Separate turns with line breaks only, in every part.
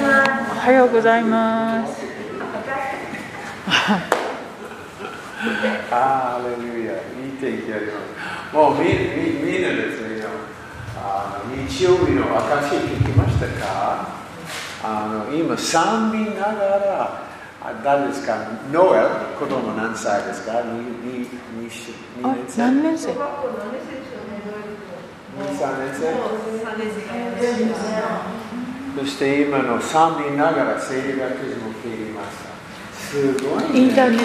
はようございます。
ハレルヤ、いい天気あります。もうみみみんなですね、あの日曜日の証聞きましたかあの今、賛美ながら、あ誰ですか、ノエル、子供何歳ですか ?2 年
あ、
生
何
?2、
年生？
3年生
も
そして今の賛美ながら聖霊バプテスマを受け入れました。すごい、
イ
ね。
ンターネットね。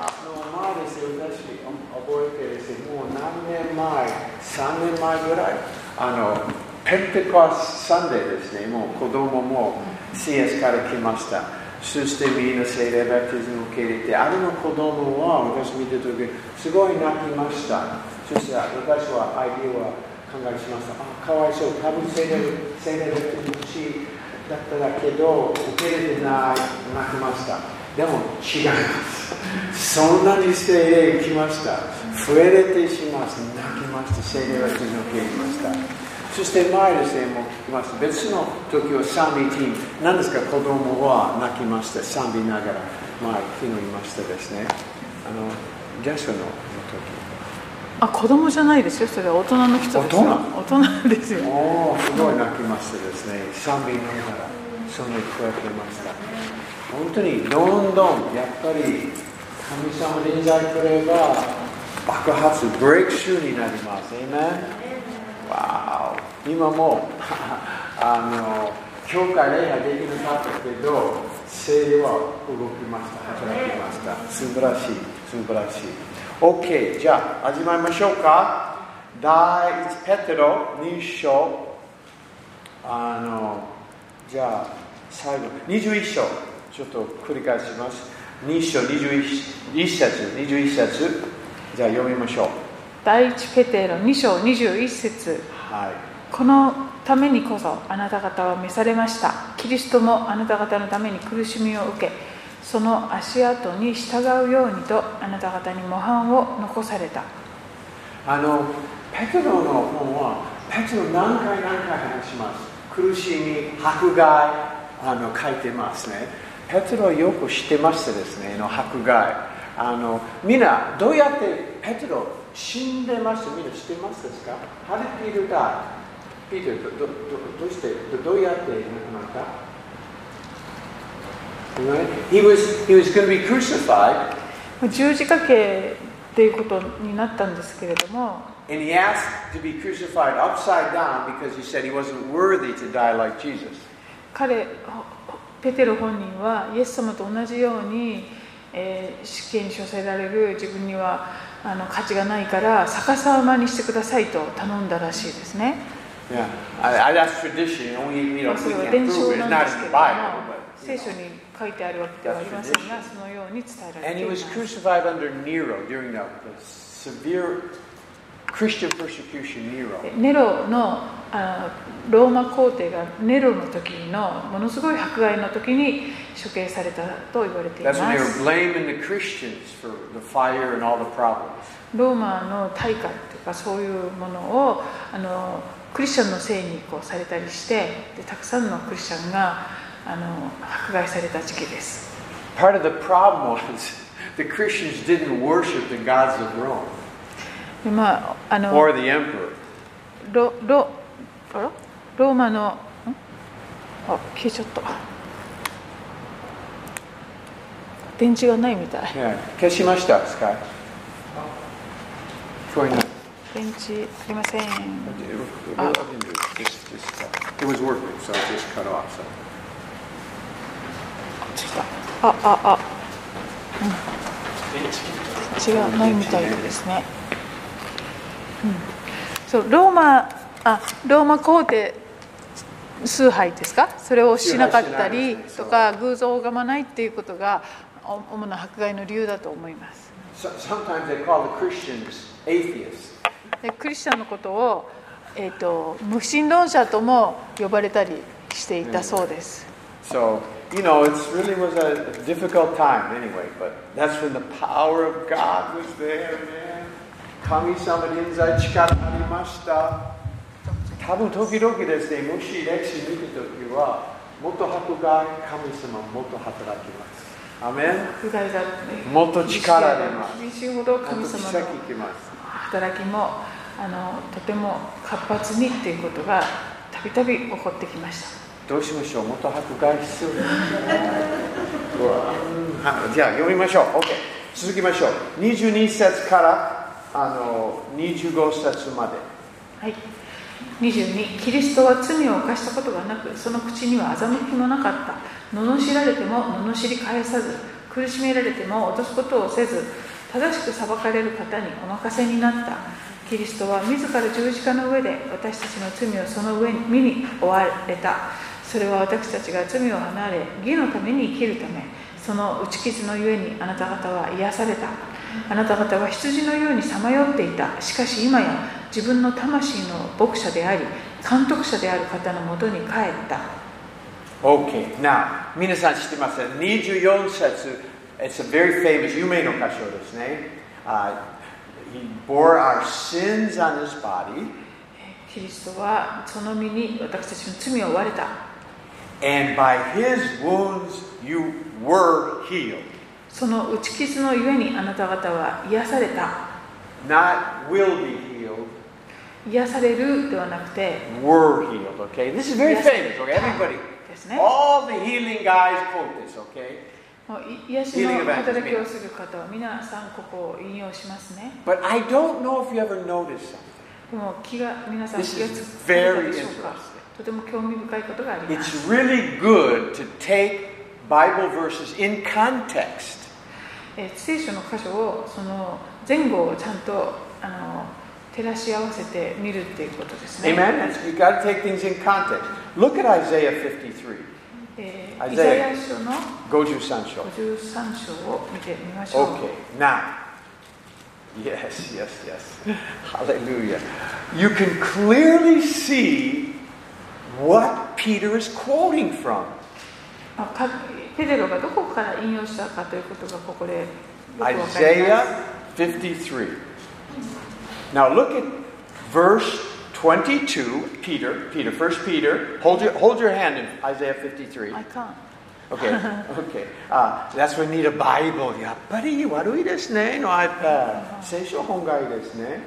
あの前ですよ、私、覚えてですねもう何年前、3年前ぐらい、あのペンテコスサンデーですね、もう子供も CS から来ました。そしてみんな聖霊バプテスマを受け入れて、あれの子供は私見たとき、すごい泣きました。そして私はアイディアは考えしました。あかわいそう、多分聖霊聖霊バプテスマ欲しいだっただけど、受け入れてない、泣きました。でも違います。そんなに聖霊来ました。触れれてしまいます。泣きました。聖霊は私の受け入れました。そして前ですね、もう聞きました。別の時は賛美チーム。何ですか、子供は泣きました。賛美ながら。前、昨日いましたですね。あの、ジャスの
あ、子供じゃないですよ。それは大人の人ですよ。大人。です
時。
よ。
おお、すごい泣きましたですね。賛美ながら。その声が聞こえてました。本当にどんどんやっぱり神様の臨在くれば爆発ブレイクシューになります。Amen? わーお今も あの教会礼拝できなかったけど聖霊は動きました働きました素晴らしい素晴らしい OK じゃあ始まりましょうか第1ペテロ2章あのじゃあ最後21章ちょっと繰り返します2章21節21節じゃあ読みましょう
第一ペテロ2章21節
はい
このためにこそあなた方は召されましたキリストもあなた方のために苦しみを受けその足跡に従うようにとあなた方に模範を残された
あのペテロの本はペテロ何回何回話します苦しみ迫害あの書いてますねペテロはよく知ってましたですねあの迫害あのみんなどうやってペテロ死んでましたみんな知ってますですかハリピールがピールどどどどうしてどどうやって亡くなった Right? He was, he was going to be crucified
十字架刑っていうことになったんですけれども
And he asked to be crucified upside down because he said he wasn't worthy to die like Jesus.
彼ほペテロ本人はイエス様と同じように、えー死刑に処せられる自分にはあの価値がないから逆さまにしてくださいと頼んだらしいですね
Yeah, I, I, that's tradition. You know, we, you know,
そ
we
れは
can't
伝
prove
承
it.
な
It's
んですけれども
not in the Bible.
聖
But,
書に書いてあるわけではありませんがそのように伝えられ
and
て
he
いま
was
す
crucified under Nero during the, the severe Christian persecution, Nero.
ネロのあのローマ皇帝がネロの時のものすごい迫害の時に処刑されたと言われていま
That's when they
す
were blaming the Christians for the fire and all the problems.
ローマの大火とかそういうものをあのクリスチャンのせいにこうされたりしてでたくさんのクリスチャンがあの迫害された時期です
Part of the problem was the Christians didn't worship the gods of Rome
でまああの
or the emperor.
ロロあらローマのんあ消えちゃった電池がないみたい
Yeah. 消しました、スカイ。聞こえない。
電池ありません
I didn't do it. Just- just, uh, It was working, so it just cut off. So.
ちょっとあああ、うん、違うないみたいですね、うん、そうローマあローマ皇帝崇拝ですかそれをしなかったりとか偶像を拝まないっていうことがお主な迫害の理由だと思います
So- Sometimes they call the Christians atheists.
でクリスチャンのことを、えー、と無神論者とも呼ばれたりしていたそうです、
So, you know, it really was a a difficult time anyway, but that's when the power of God was there, man. 神様臨在力ありました。多分時々ですね、もし歴史見たときは、元迫害、神様もっと働きます。アーメン
不甲斐が
もっと力出ます
厳しいほど神
もっと
様
奇
の
跡きます。
働きもあのとても活発にっていうことがたびたび起こってきました
どうしましょう元迫害必要です。うわはいじゃあ読みましょう。OK。続きましょう。22節からあの25節まで。
はい、22キリストは罪を犯したことがなくその口には欺きもなかった罵られても罵り返さず苦しめられても脅すことをせず正しく裁かれる方にお任せになったキリストは自ら十字架の上で私たちの罪をその上に身に負われたそれは私たちが罪を離れ義のために生きるためその打ち傷のゆえにあなた方は癒されたあなた方は羊のようにさまよっていたしかし今や自分の魂の牧者であり監督者である方のもとに帰った
OK。Now、皆さん知ってますね。24節、it's a very famous, 有名の箇所ですね。あ Uh, he bore our sins on his body
キリストはその身に私たちの罪を負われた
and by his wounds you were healed.
その打ち傷のゆえにあなた方は癒された
Not will be healed,
癒されるではなくて
were healed. Okay, this is very
Yes.
famous. Okay, everybody,
ですね
all the healing guys quote this. Okay,
もうい癒しの働きをする方は皆さんここを引用しますね
but I don't know if you ever noticed something.
でも気が皆さん
This
気が
is
つくた
very
でしょ
interesting.
うかとても興味深いことがありま
It's
す
really good to take Bible verses in context.
えー聖書の箇所をその前後をちゃんとあの照らし合わせて見るっていうことですね。
Amen. That's- You got to take things in context. Look at Isaiah 53.
えー
Isaiah
イザヤ書の
Go to Sancho.
53章を見てみましょう。
Okay, now. Yes, yes, yes. Hallelujah. You can clearly see what Peter is quoting from.
まあかペテロがどこから引用したかということがここでよくわかります。
Isaiah 53. Now look at verse 22, Peter, Peter, first Peter. Hold your, hold your hand in Isaiah 53.
I can't.
Okay, okay. Uh, that's when we need a Bible. やっぱり悪いですね。No uh, iPad. 聖書本買いですね。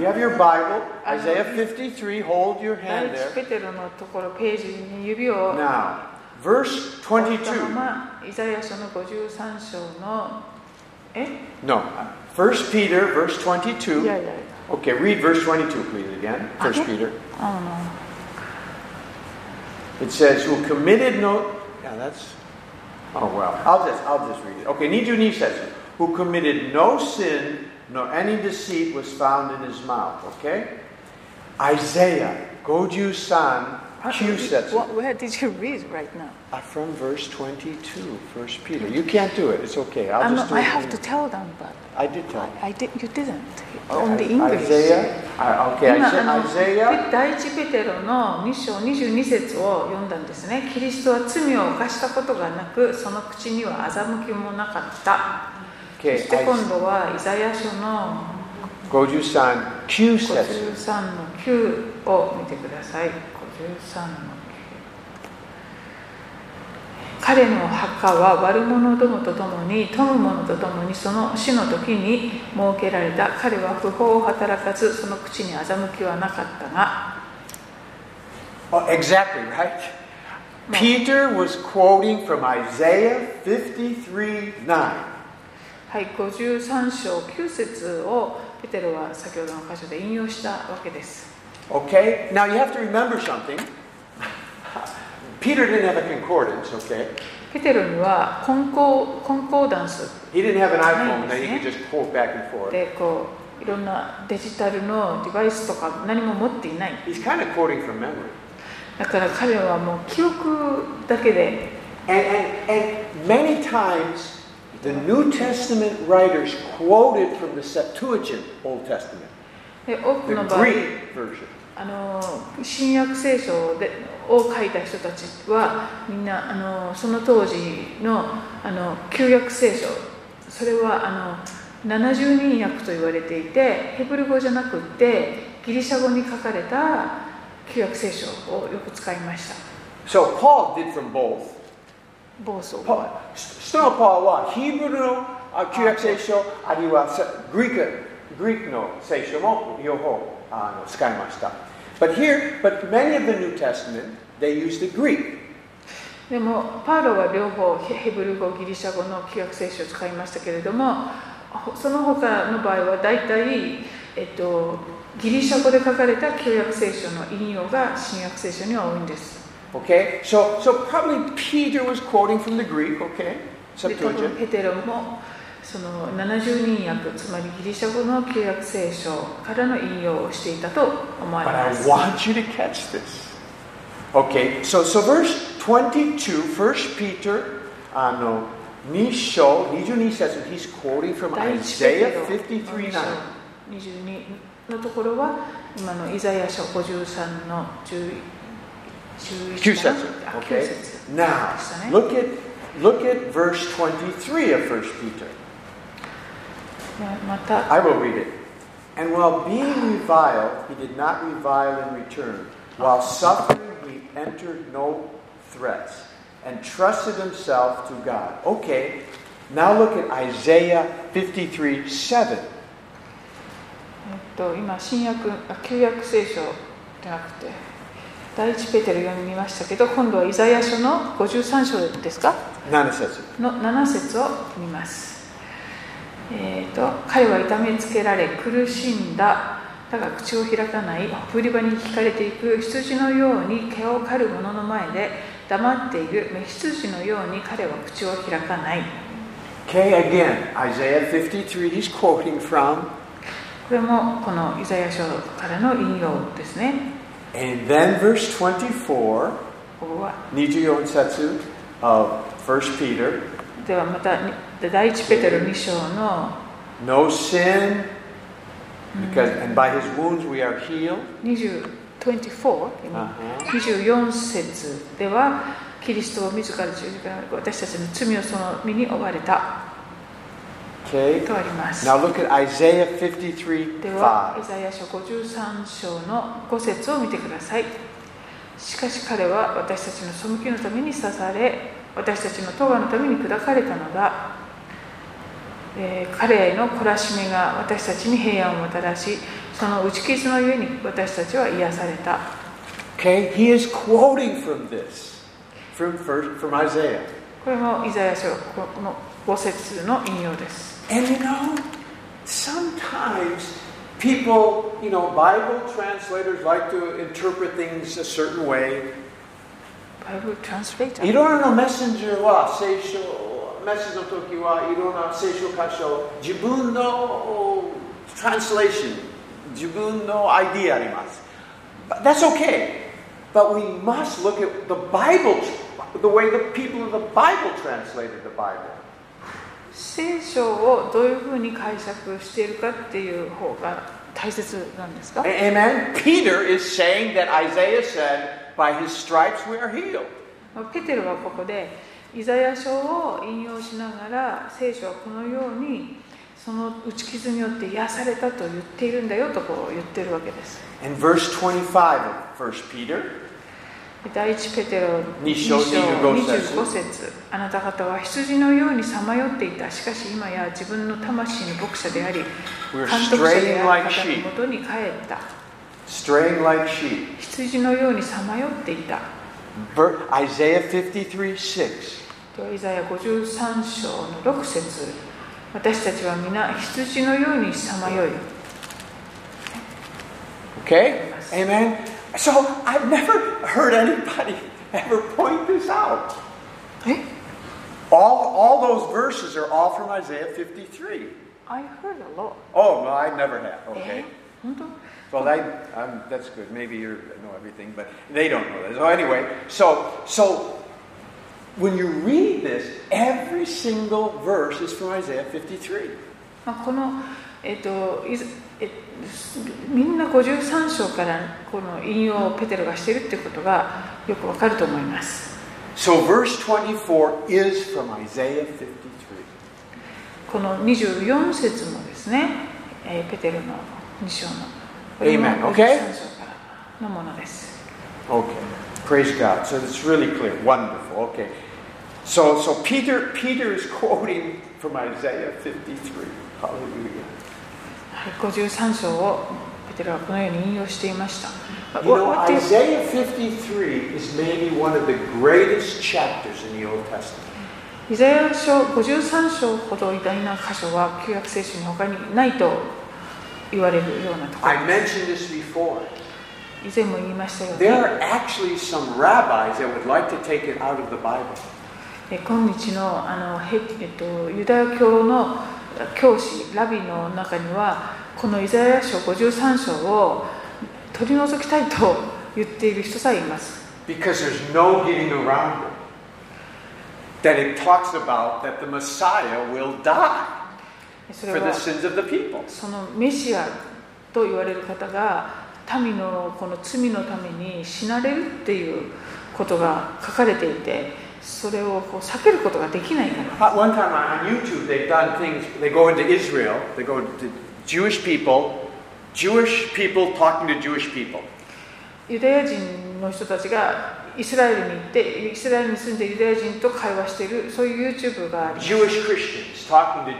You have your Bible, Isaiah 53, hold your
第
hand
一
there.
ペテロのところページに指を
Now, verse
置いたまま
22.
イザヤ書の53章のえ
No, First Peter, verse
いや
22.
いやいや
Okay, read verse 22, please, again. First
Okay.
Peter.
あの
It says, who committed no... Yeah, that's... Oh, well. I'll just, I'll just read it. Okay, Nijuni says, who committed no sin, nor any deceit was found in his mouth. Okay? Isaiah, Goju-san, Q says,
What- Where did you read right now?
uh, from verse 22, First Peter. You can't do it. It's okay. I'll
I'm not-
just do
I
it.
have to tell them, but
I did tell you.
I did, you didn't. On the English.
Isaiah. I- okay,
今
Isa-
あの
Isaiah.
ペ第一ペテロの2章22節を読んだんですね。キリストは罪を犯したことがなく、その口には欺きもなかった。
Okay,
そして
Isa-
今度はイザヤ書の
Goju-san, Q says,
53の9を見てください。53の9。彼の墓は悪者どもと共に、富む者と共にその死の時に設けられた。彼は不法を働かず、その口に欺きはなかったが、
Oh, exactly, right?
No.
Peter was quoting from Isaiah 53 9.
はい、53章9節をペテロは先ほどの箇所で引用したわけです。
Okay? Now you have to remember something. Peter didn't have a concordance, okay?
ペテロにはコンココンコーダンス
He didn't have an
Right,
iPhone that he
yeah.
could just quote back and forth.
でこういろんなデジタルのデバイスとか何も持っていない
He's kind of quoting from memory.
だから彼はもう記憶だけで
And, and, and many times the New Testament writers quoted from the Septuagint Old Testament,
で多く
the
の場合
Greek version.
あの新約聖書でを書いた人たちはみんなあのその当時のあの旧約聖書それはあの70人訳と言われていてヘブル語じゃなくってギリシャ語に書かれた旧約聖書をよく使いました
So Paul did from both.
暴走
Paul- 人のパワーはヒーブルのあ旧約聖書あるいはせグリークグリークの聖書も両方あの使いました。But here, but many of the New Testament, they use the Greek.
でもパウロは両方ヘヘブル語ギリシャ語の旧約聖書を使いましたけれどもほその他の場合は大体、えっと、ギリシャ語で書かれた旧約聖書の引用が新約聖書には多いんです
Okay? So, so probably Peter was quoting from the Greek, okay?
で多分
Septuagint.
ペテロもその70人訳つまりギリシャ語の旧約聖書からの引用をしていたと思わ
But
れま
I
す
want you to catch this. Okay, so, so verse 22, 1 Peter あの2章22節 he's quoting from
第一ペテ
Isaiah
ロ
53 9.
22のところは今のイザヤ書53の10 11
9節
あ
okay?
9節
Now,
でしたね
look at, look at verse 23 of 1 Peter.
また
I will read it. And while being reviled, he did not revile in return. While suffering, he entered no threats and trusted himself to God. Okay, now look at Isaiah 53 7.
えっと、今新約あ旧約聖書じゃなくて第一ペテロ読みましたけど今度はイザヤ書の53章ですか
Nana says it.
の7節を見ます、えーと彼は痛めつけられ苦しんだだが口を開かない売り場に引かれていく羊のように毛を刈る者の前で黙っている目羊のように彼は口を開かない
Okay, again, Isaiah 53, he's quoting from.
これもこのイザヤ書からの引用ですね
And then verse 24,
ここは
Nijiyon Setsu of 1 Peter.
ではまたに第一ペテロ2章の
No sin, because and by his wounds we are healed.
20 24?
Uh-huh.
24節ではキリストを自ら十字架に私たちの罪をその身に負われた
Okay.
とあります。
Now look at Isaiah 53
では、イ
5.
ザヤ書53章の5節を見てください。しかし彼は私たちの背きのために刺され、私たちの咎のために砕かれたのだ。えー彼への懲らしみが私たちに平安をもたらし、その打ち傷のゆえに私たちは癒された。
Okay, he is quoting from this, from first from Isaiah.
これもイザヤ書この5節の引用です。
And you know, sometimes people, you know, Bible translators like to interpret things a certain way.
Bible Translator
いろいろなメッセンジャーは聖書、メッセージの時はいろんな聖書箇所を自分の translation、自分のアイディアあります。But that's okay. But we must look at the Bible, the way the people of the Bible translated the Bible.
聖書をどういうふうに解釈しているかっていう方が大切なんですか
A- Amen. Peter is saying that Isaiah said, by his stripes we are healed.
ペテロはここでイザヤ書を引用しながら聖書はこのようにその打ち傷によって癒されたと言っているんだよとこう言ってるわけです
In verse 25 of 1 Peter,
第一ペテロ
二章25節
25節あなた方は羊のようにさまよっていたしかし今や自分の魂の牧者であり監
We're
督者であ
straying like
る方の
sheep.
もとに帰った
Straying like sheep.
羊のようにさまよっていた
Ver- Isaiah 53 6.
ではイザヤ53章の6節私たちは皆羊のようにさまよい
Okay? Amen? So I've never heard anybody ever point this out.
え
All, all those verses are all from Isaiah 53.
I heard a lot.
Oh, no, I never have.
え
Okay.
本当
Well, I, um, that's good. Maybe you know everything, but they don't know that. So anyway, so, so when you read this, every single verse is from Isaiah 53.
まあ、この、えっといずえみんな53章からこの引用をペテロがしているっていうことがよくわかると思います。
So verse 24 is from Isaiah 53.
この24節もですね、えーペテロの2章の
Amen
これも章
Okay
からのものです。
Okay. Praise God. So it's really clear. Wonderful. Okay. So so Peter Peter is quoting from Isaiah 53. Hallelujah.
はい、53章をペテロはこのように引用していました。
You know,
What- what is-
Isaiah 53 is maybe one of the greatest chapters in the Old Testament.
イザヤ書53章ほど偉大な箇所は旧約聖書に他にないと言われるようなところ
I mentioned this before.
以前も言いましたよう
There
に
are actually some rabbis that would like to take it out of the Bible.
え今日のあの、へえっと、ユダヤ教の教師ラビの中にはこのイザヤ書53章を取り除きたいと言っている人さえいます
Because there's no getting around it. That it talks about that the Messiah will die
そ
for
れ
the
は
sins of the people.
そのメシアと言われる方が民のこの罪のために死なれるっていうことが書かれていてそれをこう避けることができないから
Uh, One time on YouTube, they've done things, they go into Israel, they go to Jewish people, Jewish people talking to Jewish people.
ユダヤ人の人たちがイスラエルに行ってイスラエルに住んでいるユダヤ人と会話しているそういう YouTube があり
Jewish Christians talking to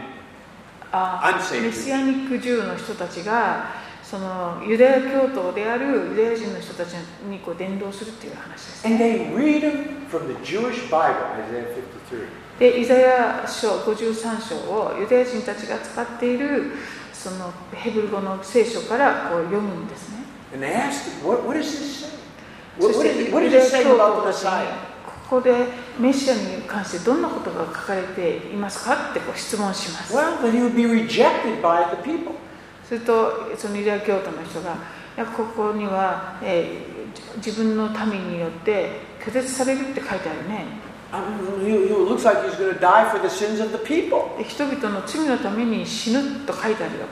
あ
Unsaved
メシアニック銃の人たちがそのユダヤ教徒であるユダヤ人の人たちにこう伝道するっていう話です。
And they read them from the Jewish Bible, Isaiah 53.
でイザヤ書53章をユダヤ人たちが使っているそのヘブル語の聖書からこう読むんですね。
And they asked him, what, what does this say?
そ
What,
し
what,
て
did- what
ユ
does
ダ
it
ヤ
say
教徒
about the
たちに
Messiah?
ここでメシアに関してどんなことが書かれていますかってこう質問します。
Well, that he would be rejected by the people.
するとそのユダヤ教徒の人がいやここには、えー自分の民によって拒絶されるって書いてあるね。
I mean, he, he looks like he's going to die for the sins of the people.
で人々の罪のために死ぬと書いてあるよ。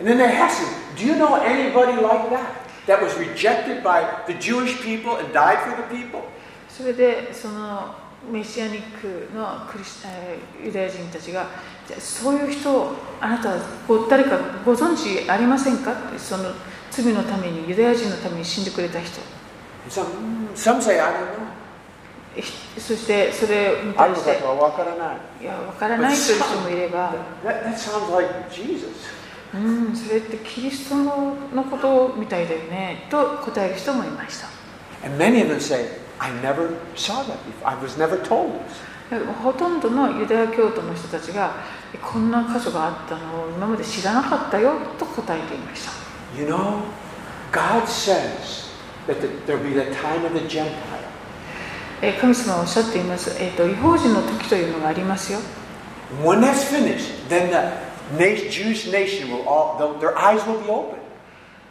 And then they asked him, Do you know anybody like that? That was rejected by the Jewish people and died for the people?
それでそのメシアニックのクリス、えーユダヤ人たちがじゃあそういう人をあなたはご誰かご存知ありませんかってその罪のためにユダヤ人のために死んでくれた人
And some, some say, I don't know.
ひそしてそれに対
Others
して
say, well, what can I know?
いやわからないという人もいれば
That, that sounds like Jesus.
うんそれってキリストのことみたいだよねと答える人もいました
And many of them say, I never saw that before. I was never told this.
ほとんどのユダヤ教徒の人たちがこんな箇所があったのを今まで知らなかったよと答えていました
You know, God says that the, there'll be the time of the Gentile.
えー神様はおっしゃっています、えーと、違法人の時というのがありますよ。
When that's finished, then the na- Jewish nation will all, they'll- their eyes will be open.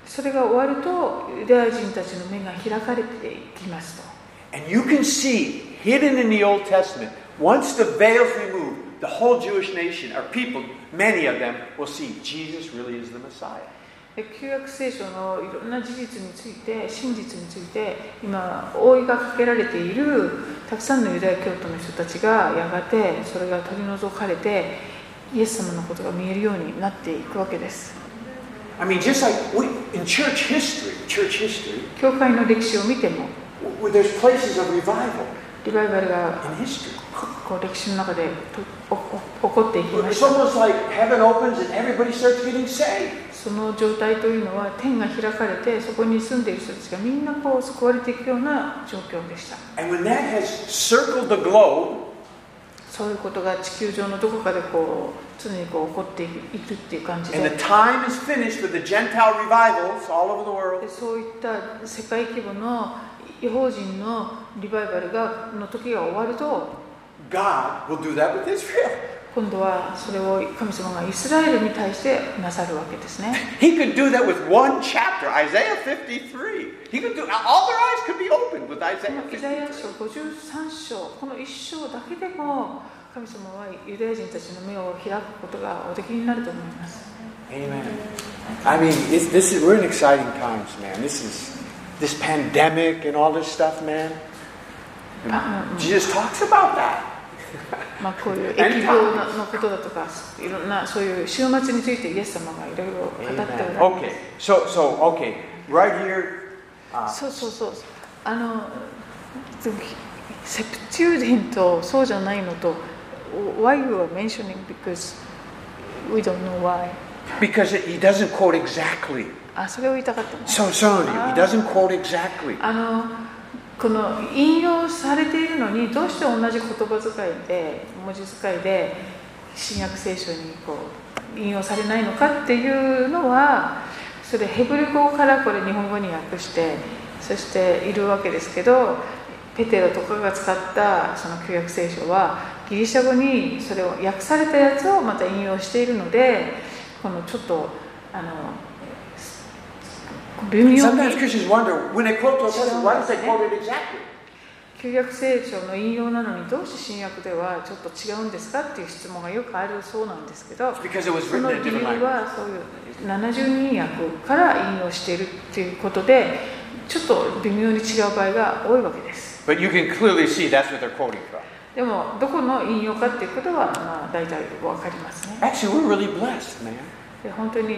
それが終わると、ユダヤ人たちの目が開かれていきますと。
And you can see, hidden in the Old Testament, once the veil's removed, the whole Jewish nation, or people, many of them, will see Jesus really is the Messiah.
で旧約聖書のいろんな事実について、真実について、今、覆いがかけられているたくさんのユダヤ教徒の人たちが、やがてそれが取り除かれて、イエス様のことが見えるようになっていくわけです。
I mean, just like we, in church history, church history,
教会の歴史を見ても、
w- where there's places of revival
リバイバルが
in history.
こう歴史の中でとおお起こっていきまし
It's
た。
almost like heaven opens and everybody starts getting saved.
その状態というのは天が開かれてそこに住んでいる人たちがみんなこう救われていくような状況でした
And when that has circled the globe,
そういうことが地球上のどこかでこう常にこう起こっているっていう感じで
and the time is finished with the Gentile revivals all over the
で
world,
そういった世界規模の違法人のリバイバルがの時が終わると
God will do that with Israel.
今度はそれを神様がイスラエルに対してなさるわけですね
He could do that with one chapter, Isaiah 53. He could do all their eyes could be opened with
こ
Isaiah
のイザヤ書
53.
53章この1章だけでも神様はユダヤ人たちの目を開くことがおできになると思います
Amen. I mean, it's, this is we're in exciting times, man. This is this pandemic and all this stuff, man.
パうん
Jesus talks about that.
まあ、こういう疫病ののことだとかいろんなそういう週末についてイエス様がいろいろ語っておられ
Amen.
ます
Okay. So so okay, right here. Uh,
そうそうそうあのでもセプチューディンとそうじゃないのと why you are mentioning because we don't know why
Because it, he doesn't quote exactly.
あそれを言いたかったの
So some of you, he doesn't quote exactly.
あのこの引用されているのにどうして同じ言葉遣いで文字遣いで新約聖書にこう引用されないのかっていうのはそれヘブル語からこれ日本語に訳してそしているわけですけどペテロとかが使ったその旧約聖書はギリシャ語にそれを訳されたやつをまた引用しているのでこのちょっとあの微妙
Sometimes
に
Christians wonder when they quote those passages, why don't they quote it exactly?
旧約聖書の引用なのにどうして新約ではちょっと違うんですかっていう質問がよくあるそうなんですけど
It's because it was
そ
written
の
in a
理由
different language.
はそういう70人訳から引用しているっていうことでちょっと微妙に違う場合が多いわけです
But you can clearly see that's what they're quoting from.
でもどこの引用かっていうことはまあ大体わかりますね
Actually, we're really blessed, man.
で本当に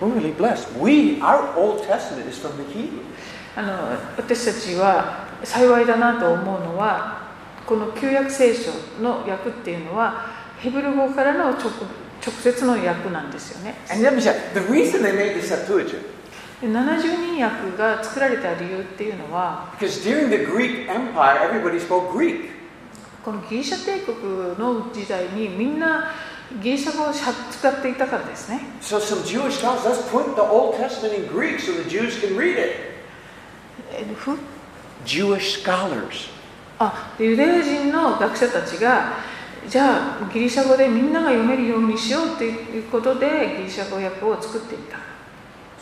We're really blessed. We, our Old Testament is from the Hebrew.
あの私たちは幸いだなと思うのはこの旧約聖書の訳っていうのはヘブル語からの直直接の訳なんですよね
And let me say, the reason they made the Septuagint,
で70人訳が作られた理由っていうのは
because during the Greek Empire, everybody spoke Greek.
このギリシャ帝国の時代にみんなギリシャ語をしゃ使っていたからですね
So some Jewish scholars, let's put the Old Testament in Greek so the Jews can read it.
えふ
Jewish scholars.
あでユダヤ人の学者たちがじゃあギリシャ語でみんなが読めるようにしようっていうことでギリシャ語訳を作っていた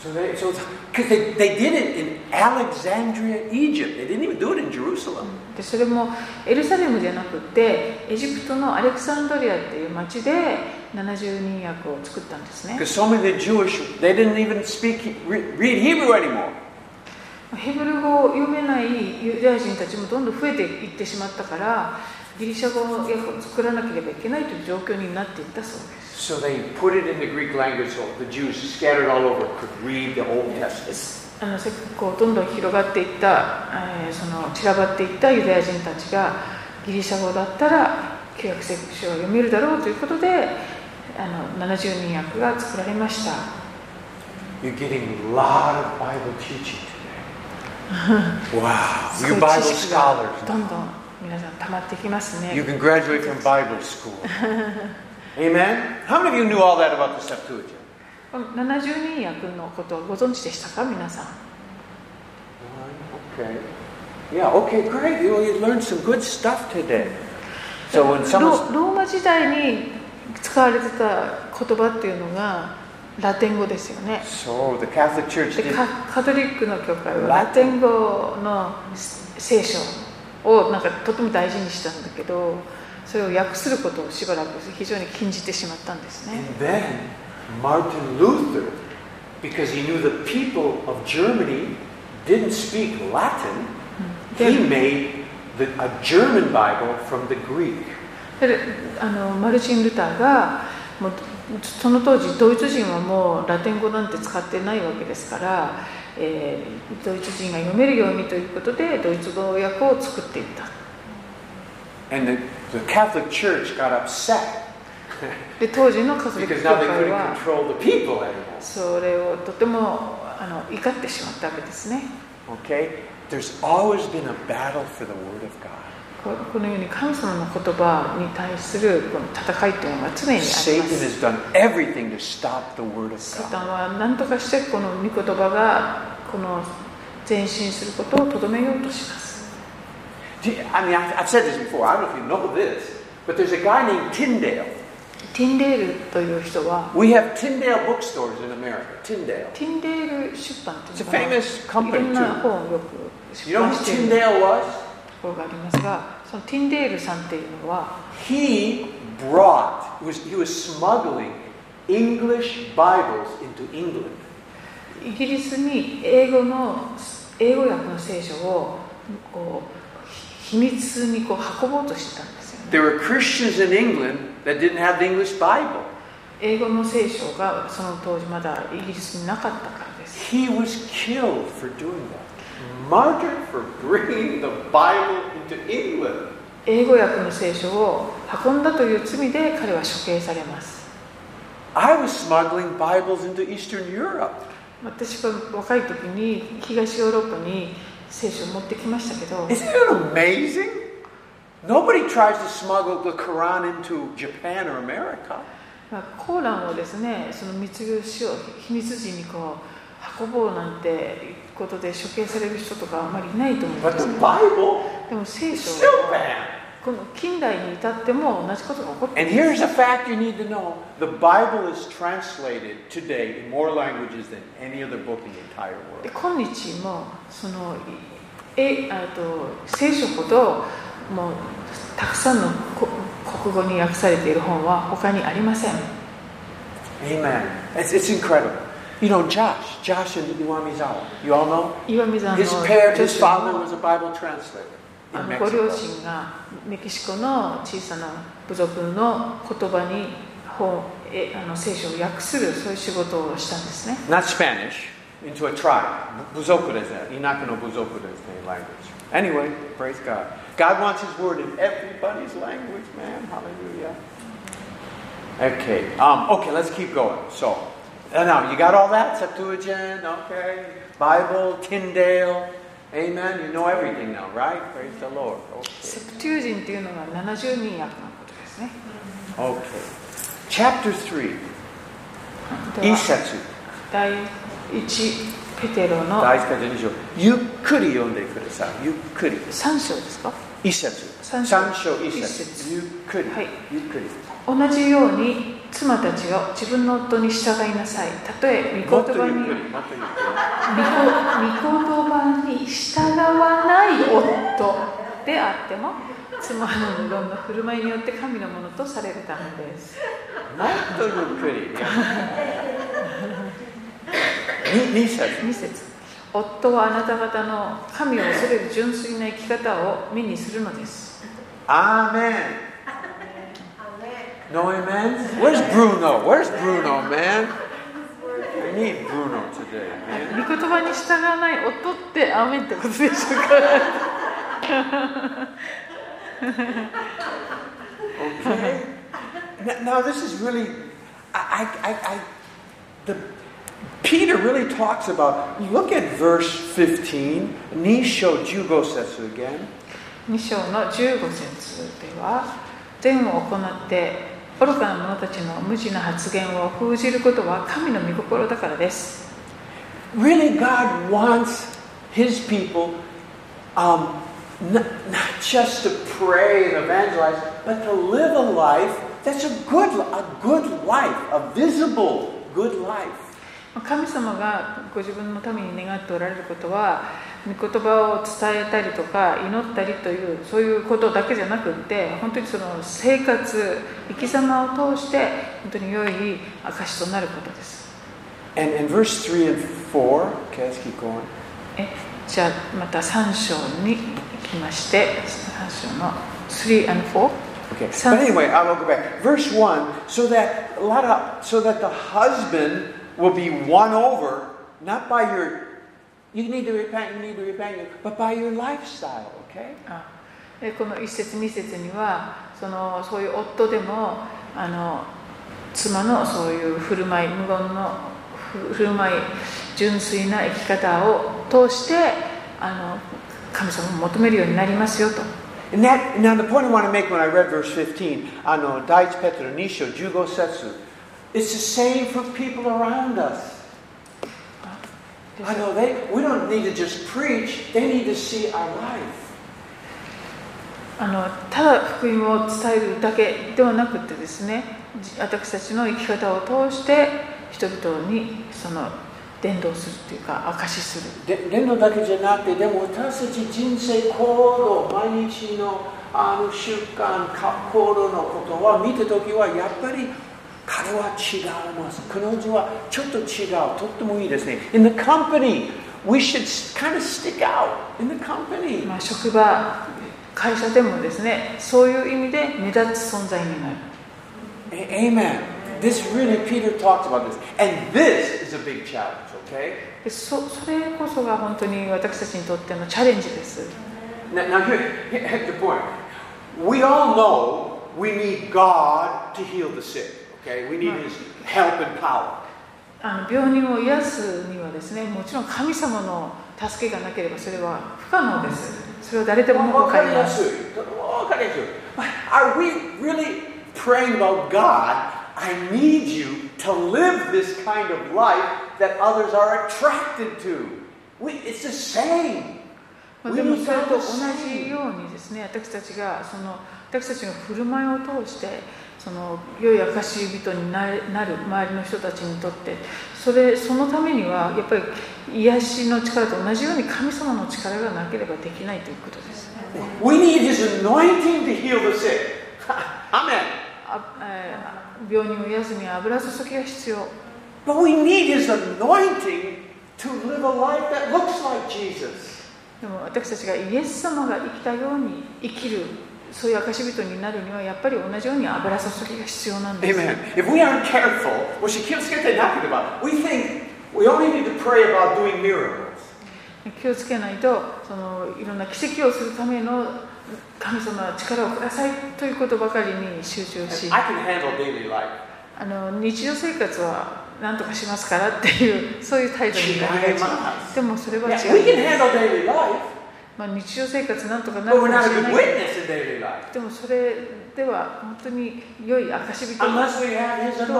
So they, so because they, they did it in Alexandria, Egypt. They didn't even do it in Jerusalem.
でそれもエルサレムじゃなくってエジプトのアレクサンドリアっていう町で70人訳を作ったんですね
Because so many of the Jewish, they didn't even speak, re- read Hebrew anymore.
ヘブル語を読めないユダヤ人たちもどんどん増えていってしまったからギリシャ語の訳を作らなければいけないという状況になっていったそうです
So they put it in the Greek language so the Jews scattered all over could read the Old Testament.
あのせこうどんどん広がっていった、えーその散らばっていったユダヤ人たちがギリシャ語だったら旧約聖書を読めるだろうということであの70人訳が作られました
You're getting a lot of Bible teaching today. wow.
す
You
ごい
Bible
知識が
scholars.
どんどん皆さん溜まってきますね
You can graduate from Bible school. Amen? How many of you knew all that about the Septuagint?
70人訳のことをご存知でしたか皆さん
Okay. Yeah, okay, great. You, you learned some good stuff today. So when
ロ
someone.
ローマ時代に使われてた言葉っていうのがラテン語ですよね
So the Catholic Church
で
did.
カカトリックの教会はラテン語の聖書をなんかとても大事にしたんだけどそれを訳することをしばらく非常に禁じてしまったんですね
And then Martin Luther, because he knew the people of Germany didn't speak Latin, he
Then-
made the, a German Bible from the Greek.
であのマルチン・ルターがもうその当時ドイツ人はもうラテン語なんて使ってないわけですから、えードイツ人が読めるようにということでドイツ語訳を作っていった
And the, the Catholic Church got upset
で当時のカトリック
because
教
now they
会
couldn't
は
control the people anymore.
それをとてもあの怒ってしまったわけですね
Okay? There's always been a battle for the Word of God.
ここのように神様の言葉に対するこの戦いというのが常にあります
Satan has done everything to stop the Word of
サ
God.
タンは何とかしてこの御言葉がこの前進することをとどめようとします
Do you- I mean, I've I've said this before. I don't know if you know this, but there's a guy named Tyndale.
ティンデールという人は
We have Tyndale bookstores in America. Tyndale.
ティンデール出版と
It's
い
a
うかない
famous
ろん
company
な
too.
本をよく出
You know
版
who
していると
Tyndale was?
ころがありますがそのティンデールさんっていうのは
He brought. He was, he was smuggling English Bibles into England.
イギリスに英語の英語訳の聖書をこう秘密にこう運ぼうとしてたんですよね
There were Christians in England that didn't have the English Bible.
英語の聖書がその当時まだイギリスになかったからです
He was killed for doing that. martyred for bringing the Bible into England.
英語訳の聖書を運んだという罪で彼は処刑されます
I was smuggling Bibles into Eastern Europe.
私が若い時に東ヨーロッパに聖書を持ってきましたけど
Isn't it amazing? Nobody tries to smuggle the Quran into Japan or America.
まあコーランをですねその密輸しよう秘密裏にこう運ぼうなんていうことで処刑される人とかあまりいないと思いま
But
す
the Bible
でも聖
is
書
still
は
banned.
この近代に至っても同じことが起こってい
And
る
here's a fact you need to know the Bible is translated today in more languages than any other book in the entire
で
world.
今日もそのえあと聖書ほどもうたくさんのこ国語に訳されている本は他にありません
Amen. It's, it's incredible. You know, Josh, Josh and Iwamizawa, you all know?
岩見さんの
His, parent,
女子
his father
の
was a Bible translator
あ
in
のご両
Mexico.
親がメキシコの小さな部族の言葉に本えあの聖書を訳するそういう仕事をしたんですね
not Spanish, into a tribe. Buzoku is that. Inakano Buzoku is their language. Anyway, praise God. God wants His word in everybody's language, man. Hallelujah. Okay. Um, okay. Let's keep going. So, uh, now you got all that Septuagint, okay? Bible, Tyndale. Amen. You know everything now, right? Praise the Lord.
セ
Okay.
プテュージンというのが70人訳のことですね
Okay. Chapter three.
では
Isetsu.
第1ペテロの
大事な箇所。ゆっくり読んでください。ゆっくり。
3章ですか
一節
三章
三章一
一
節
節
ゆっくり、
はい
ゆっくり
同じように妻たちを自分の夫に従いなさいたとえ御
もっと
言
ゆっ
葉
く
に
り
御御言
もっと
葉
ゆっ
に従わない夫であっても妻の無論の振る舞いによって神のものとされるためです
くりもっとゆっくりに二節
2節夫はあなた方の神を恐れる純粋な生き方を目にするのです
アーメン No amen? Where's Bruno? Where's Bruno, man? I need Bruno today,
御
man.
言葉に従わない夫ってアーメンってことでしょうか
Okay? N- Now, this is really, I, I, I, I the, Peter really talks about, look at verse 15, Nisho Jugo Setsu again.
2章の15節では善を行って愚かな者たちの無知な発言を封じることは神の御心だからです
Really, God wants His people um, not, not just to pray and evangelize, but to live a life that's a good, a good life, a visible good life.
神様がご自分のために願っておられることは御言葉を伝えたりとか祈ったりというそういうことだけじゃなくって本当にその生活生き様を通して本当に良い証となることです
And in verse 3 and 4, okay, let's keep going.
えじゃあまた3章に行きまして3章の3 and 4
Okay.
Sounds-
But anyway, I'll go back. Verse one, so that a lot of, so that the husband will be won over, not by your, you need to repent, you need to repent, but by your lifestyle. Okay.
あでこの1節2節にはそのそういう夫でもあの妻のそういう振る舞い無言のふ振る舞い純粋な生き方を通してあの神様を求めるようになりますよと
And that now the point I want to make when I read verse fifteen, ano daichi petro nisho jugo setsu, it's the same for people around us. I know they. We don't need to just preach; they need to see our life.
あのただ福音を伝えるだけではなくてですねじ私たちの生き方を通して人々にその伝道するというか証しする
で伝道だけじゃなくてでも私たち人生行動毎日のあの習慣か行動のことは見た時はやっぱり彼は違います彼女はちょっと違うとってもいいですね In the company we should kind of stick out in the company
まあ、職場会社でもですねそういう意味で目立つ存在になる
A- Amen this really, Peter talks about this. And this is a big challenge, okay?
でそそれこそが本当に私たちにとってのチャレンジです。
Now, now here, here- here's the point. We all know we need God to heal the sick, okay? We need
Right.
His help and power.
あの病人を癒すにはですね、もちろん神様の助けがなければそれは不可能です。それは誰でも分かります。
Are we really praying about God? I need you to live this kind of life that others are attracted to. We, it's the same.
まあ、でもそれと同じようにですね私たちがその私たちの振る舞いを通してその良い証人になれなる周りの人たちにとってそれそのためにはやっぱり癒しの力と同じように神様の力がなければできないということです、ね
We need His anointing to heal the sick. Amen.
あえー病人を癒すには油注ぎが必要
But we need His anointing to live a life that looks like Jesus.
でも私たちがイエス様が生きたように生きるそういう証人になるにはやっぱり同じように油注ぎが必要なんです
Amen. If we aren't careful, which you can't get that about, we think we only need to pray about doing miracles.
気をつけないとそのいろんな奇跡をするための神様は力をくださいということばかりに集中
I
し
can handle daily life.
あの日常生活は何とかしますからっていう そういう態度になり
違い
が
ま
ちでもそれは
Yeah, we
違
can
う、
handle daily life,
まあ、日常生活なんとかな
but
るか
we're
も
not a
しれ
good
ない
witness in daily life
でもそれでは本当に良い証人
unless we have His anointing and power to do it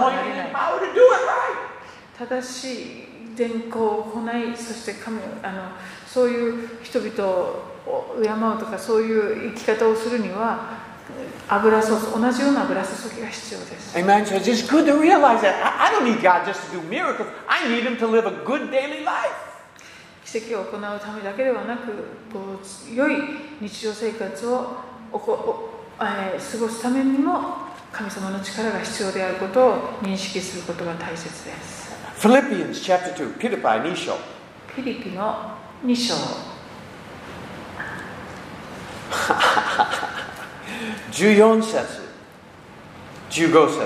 right.
正しい善行を行いそして神をあのそういう人々を敬うとかそういう生き方をするには油注ぎ同じような油注ぎが必要です
Amen. So it's just good to realize that I, I don't need God just to do miracles. I need Him to live a good daily life.
奇跡を行うためだけではなくこう良い日常生活をおこおえー過ごすためにも神様の力が必要であることを認識することが大切です
Philippians chapter 2, Peter by Nisho.
フィリピの2章
14節15節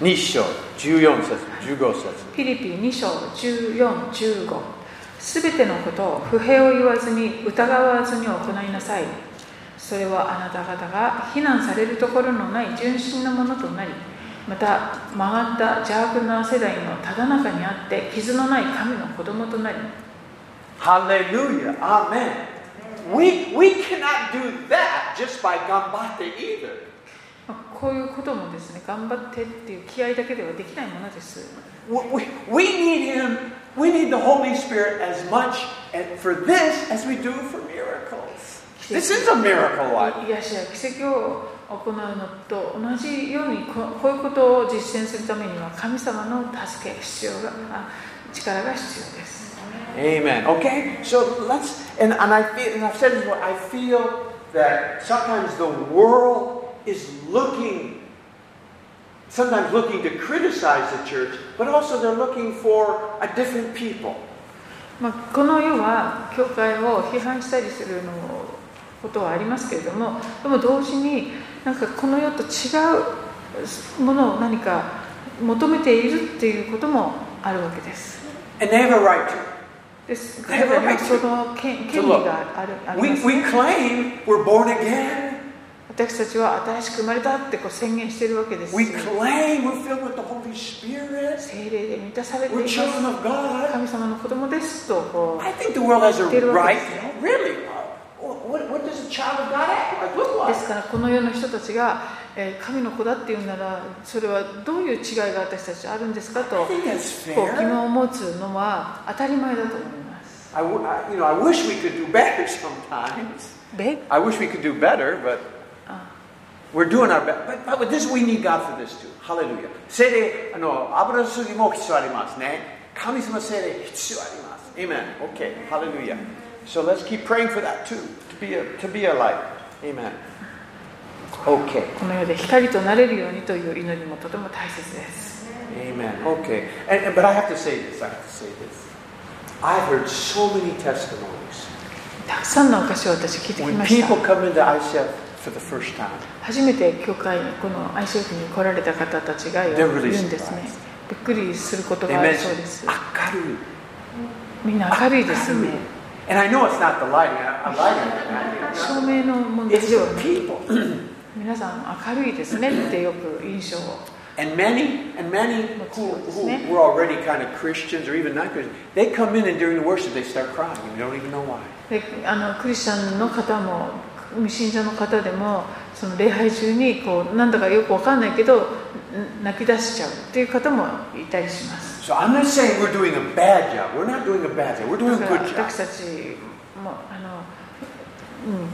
日章14節15節
フィリピ2章1415すべてのことを不平を言わずに疑わずに行いなさいそれはあなた方が非難されるところのない純真なものとなりまた曲がった邪悪な世代のただ中にあって傷のない神の子供となり
Hallelujah. Amen. We, we cannot do that just by gambate either.
まあこういうこともですね頑張ってっていう気合だけではできないものです
We, we, we need Him, we need the Holy Spirit as much and for this as we do for miracles. This is a miracle life.
癒しや奇跡を行うのと同じようにここういうことを実践するためには神様の助け必要があ力が必要です
Amen. Okay, so let's and, and I feel and I've said this before, I feel that sometimes the world is looking sometimes looking to criticize the church, but also they're looking for a different people.
まあ、この世は教会を批判したりするのことはありますけれどもでも同時になんかこの世と違うものを何か求めているっていうこともあるわけです
And they have a right to.
です彼らにはその権権利があるあ
it.
りま
We,
す
we claim we're born again.
私たちは新しく生まれたってこう宣言してるわけです
We claim we're filled with the Holy Spirit.
精霊で満たされてい
We're
ます
children of God.
神様の子供ですとこ
I think the world has a
Did what
right.
they
Really? What, what does a child of God act like? Look
う
like?
ですからこの世の人たちが、えー神の子だっていうならそれはどういう違いが私たちあるんですかと
I
こ
think that's
う疑
fair.
問を持つのは当たり前だと思います
I, w- I, you know, I wish we could do better sometimes.
べ
I wish we could do better, but
Ah.
we're doing our best. But, but with this, we need God for this too. Hallelujah. 精霊あの油注ぎも必要ありますね。神様精霊必要あります。Amen. Okay. Hallelujah. So let's keep praying for that too, to be a, to be a light. Amen. Okay.
この世で光となれるようにという祈りもとても大切です
Amen. Okay. And, and- but I have to say this. I have to say this. I've heard so many testimonies.
たくさんのお菓子を私聞いてき
When
ました
people come into ICF for the first time.
初めて教会この愛称府に来られた方たちがい
They're
る
really
んですねびっくりすること
They
がある
mentioned
そうです
明るい。
みんな明るいですね
And I know it's not the lighting. I, I like it.
照明の問題
It's
では
the people.
皆さん明るいですねってよく印象を
And many, and many who, who were already kind of Christians or even not Christians, they come in and during the worship they start crying and they don't even know why.
であのクリスチャンの方も未信者の方でもその礼拝中にこうなんだかよくわかんないけどん泣き出しちゃうっていう方もいたりします
So I'm not saying we're doing a bad job. We're not doing a bad job. We're
だ
doing
か
a
ら
good job.
私たちもあの、うん、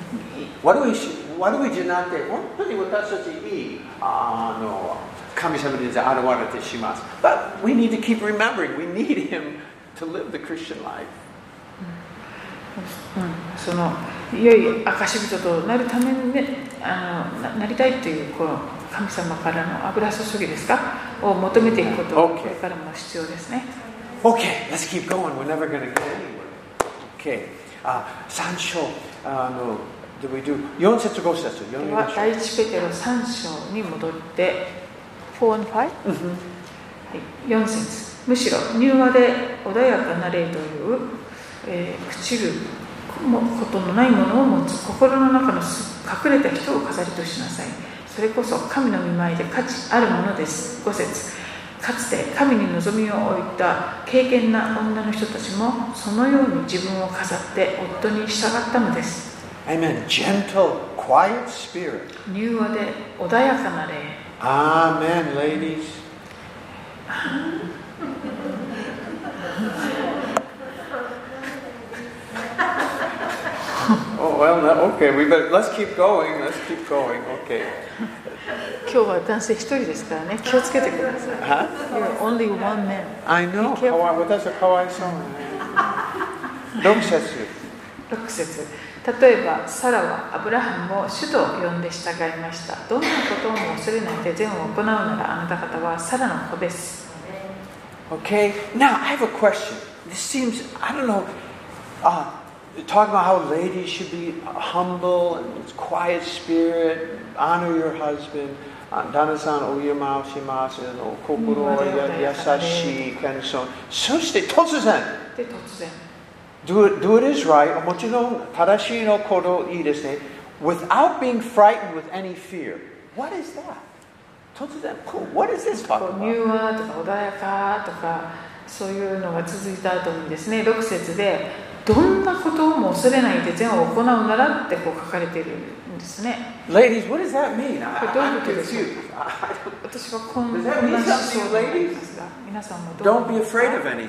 What do we should, what do we do not think? Well, really, what that's such a e. Ah, no. 神様にあらわれてします。But we need to keep remembering we need him to live the Christian life.
うん、その良い証人となるために、ね、あのななりたいというこう神様からの油注ぎですかを求めていくことが
Okay.
これからも必要ですね。
Okay, let's keep going. We're never going to get anywhere. Okay. Uh, 3章、あの、do we do? 4節5節読
で
みま
は
しょ
第一ペテロ3章に戻って4and 5? はい、4節むしろ柔和で穏やかな霊という、えー朽ちることのないものを持つ心の中のす隠れた人を飾りとしなさいそれこそ神の御前で価値あるものです5節かつて神に望みを置いた敬虔な女の人たちもそのように自分を飾って夫に従ったのです
う。Amen. Gentle, quiet spirit.
柔和で穏やかな霊
Amen, ladies. お、oh, well, no, okay, we better, let's keep going, let's keep going, okay.
今日は男性一人ですからね気をつけてください
Huh?
You're only one man
I know,
Be careful.
かわい私はかわいそうな。6節。
6節例えばサラはアブラハムを主と呼んで従いましたどんなことも恐れないで善を行うならあなた方はサラの子です
Okay, now I have a question. This seems, I don't know, uh, talking about how ladies should be humble and quiet spirit, honor your husband. Uh, 旦那さんを敬いますよ。心を優しい、謙遜。そして突然、do
で突然
do it is right もちろん正しいのこといいですね。without being frightened with any fear. What is that? 突然、what is this
こ
talking
う
about?
柔和とか穏やかとかそういうのが続いた後にですね6節でどんなことも恐れないで善を行うならってこう書かれているんですね
Ladies, what does that mean? I,
But don't
I'm
do this.
confused. I-
私はこんな
Does that mean
話を
something,
思いますが皆さんも
I-
どう
Don't be afraid of anything.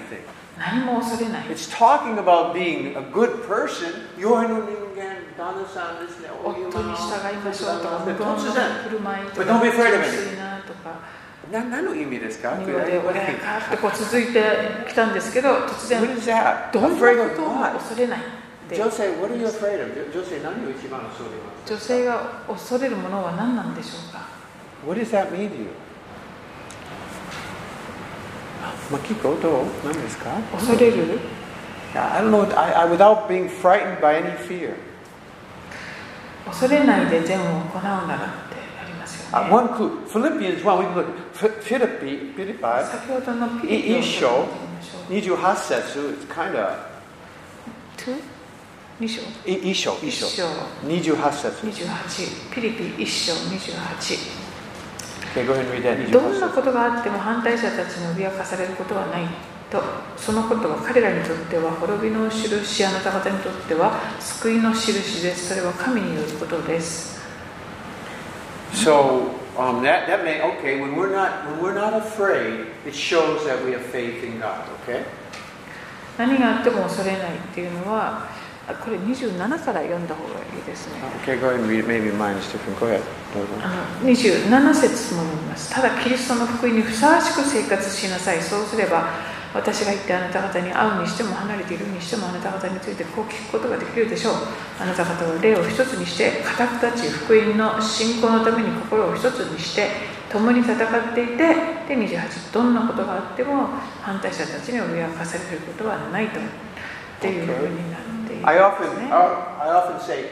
何も恐れない
It's talking about being a good person. 弱い人間、旦那さんですね。お湯も。
夫に従いましょうとか無言の
突然。
振る舞いと
But don't
か
be afraid of
純粋なとか
な-何の意味ですか？
何語で穏やかってこう続いてきたんですけど突
What
然
is that?
どんな
Afraid of
ことも
what?
恐れないって
Jose, what are you afraid of? Jose, 何を一番恐れます？
女性が恐れるものは何なんでしょうか
What does that mean to you? マキコ、どう？何ですか？
恐れる
I don't know. I, I, without being frightened by any fear.
恐れないで善を行うならってありますよ
Uh,
ね
one clue, Philippians 1, we can look at Phi- Philippi, Philippi,
先ほどのピリピ
いい
を
っしょ28節, it's kind of,
2章
isho,
1
isho,
章
28節.
28ピリピ1章28
Okay, go ahead and read that,
どんな
28節.
ことがあっても反対者たちに脅かされることはないとそのことは彼らにとっては滅びの印あなた方にとっては救いの印ですそれは神によることです
So, um, that, that may, okay, when we're not, when we're not afraid, it shows that we have faith in God, okay?
何があっても恐れないっていうのはあこれ27から読んだ方がいいですね
Okay, go ahead and read it, maybe mine is different, go ahead.
あの27節も読みますただキリストの福音にふさわしく生活しなさいそうすれば私が言ってあなた方に会うにしても離れているにしてもあなた方についてこう聞くことができるでしょうあなた方は霊を一つにして固く立ち福音の信仰のために心を一つにして共に戦っていてで28どんなことがあっても反対者たちに脅かされることはないとっていうふうになっているんです
I often,
ね
I often say,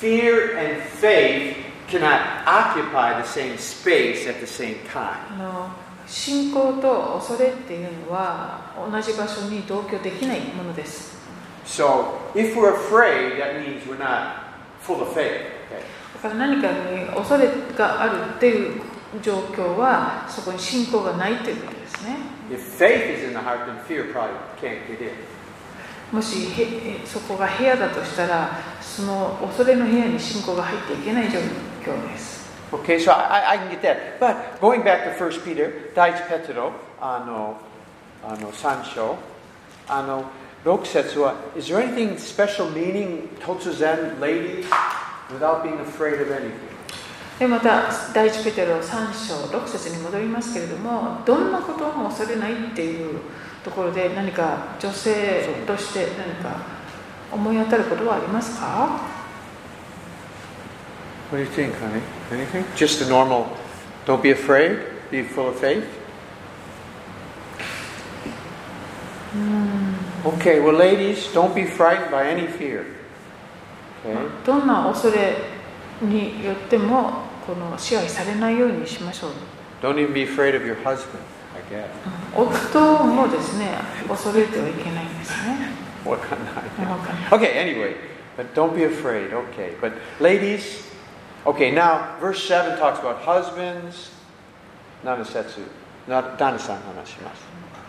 fear and faith cannot occupy the same space at the same time.
あの信仰と恐れっていうのは同じ場所に同居できないものです
So if we're afraid, that means we're not full of faith. Okay?
だから何かに恐れがあるっていう状況はそこに信仰がないということですね
If faith is in the heart, then fear probably can't get in.
もしへえそこが部屋だとしたらその恐れの部屋に信仰が入っていけない状況です
Okay, so I, I- I can get that. But going back to 1 Peter, 第一ペテロ、あの、あの、三章、あの、六節は、Is there anything special meaning, 突然 ladies, without being afraid of anything?
でまた第一ペテロ3章6節に戻りますけれどもどんなことも恐れないっていうところで何か女性として何か思い当たることはありますか
What do you think, honey? Anything? Just the normal, don't be afraid, be full of faith? Okay, well, ladies, don't be frightened by any fear. Okay?
どんな恐れによってもこの支配されないようにしましょう
Don't even be afraid of your husband, I guess.
夫もですね恐れてはいけないんですね
What kind of-
わかんない
Okay, anyway, but don't be afraid. Okay, but ladies, okay, now verse 7 talks about husbands. Nanasetsu. Not Danasan Hanashimasu.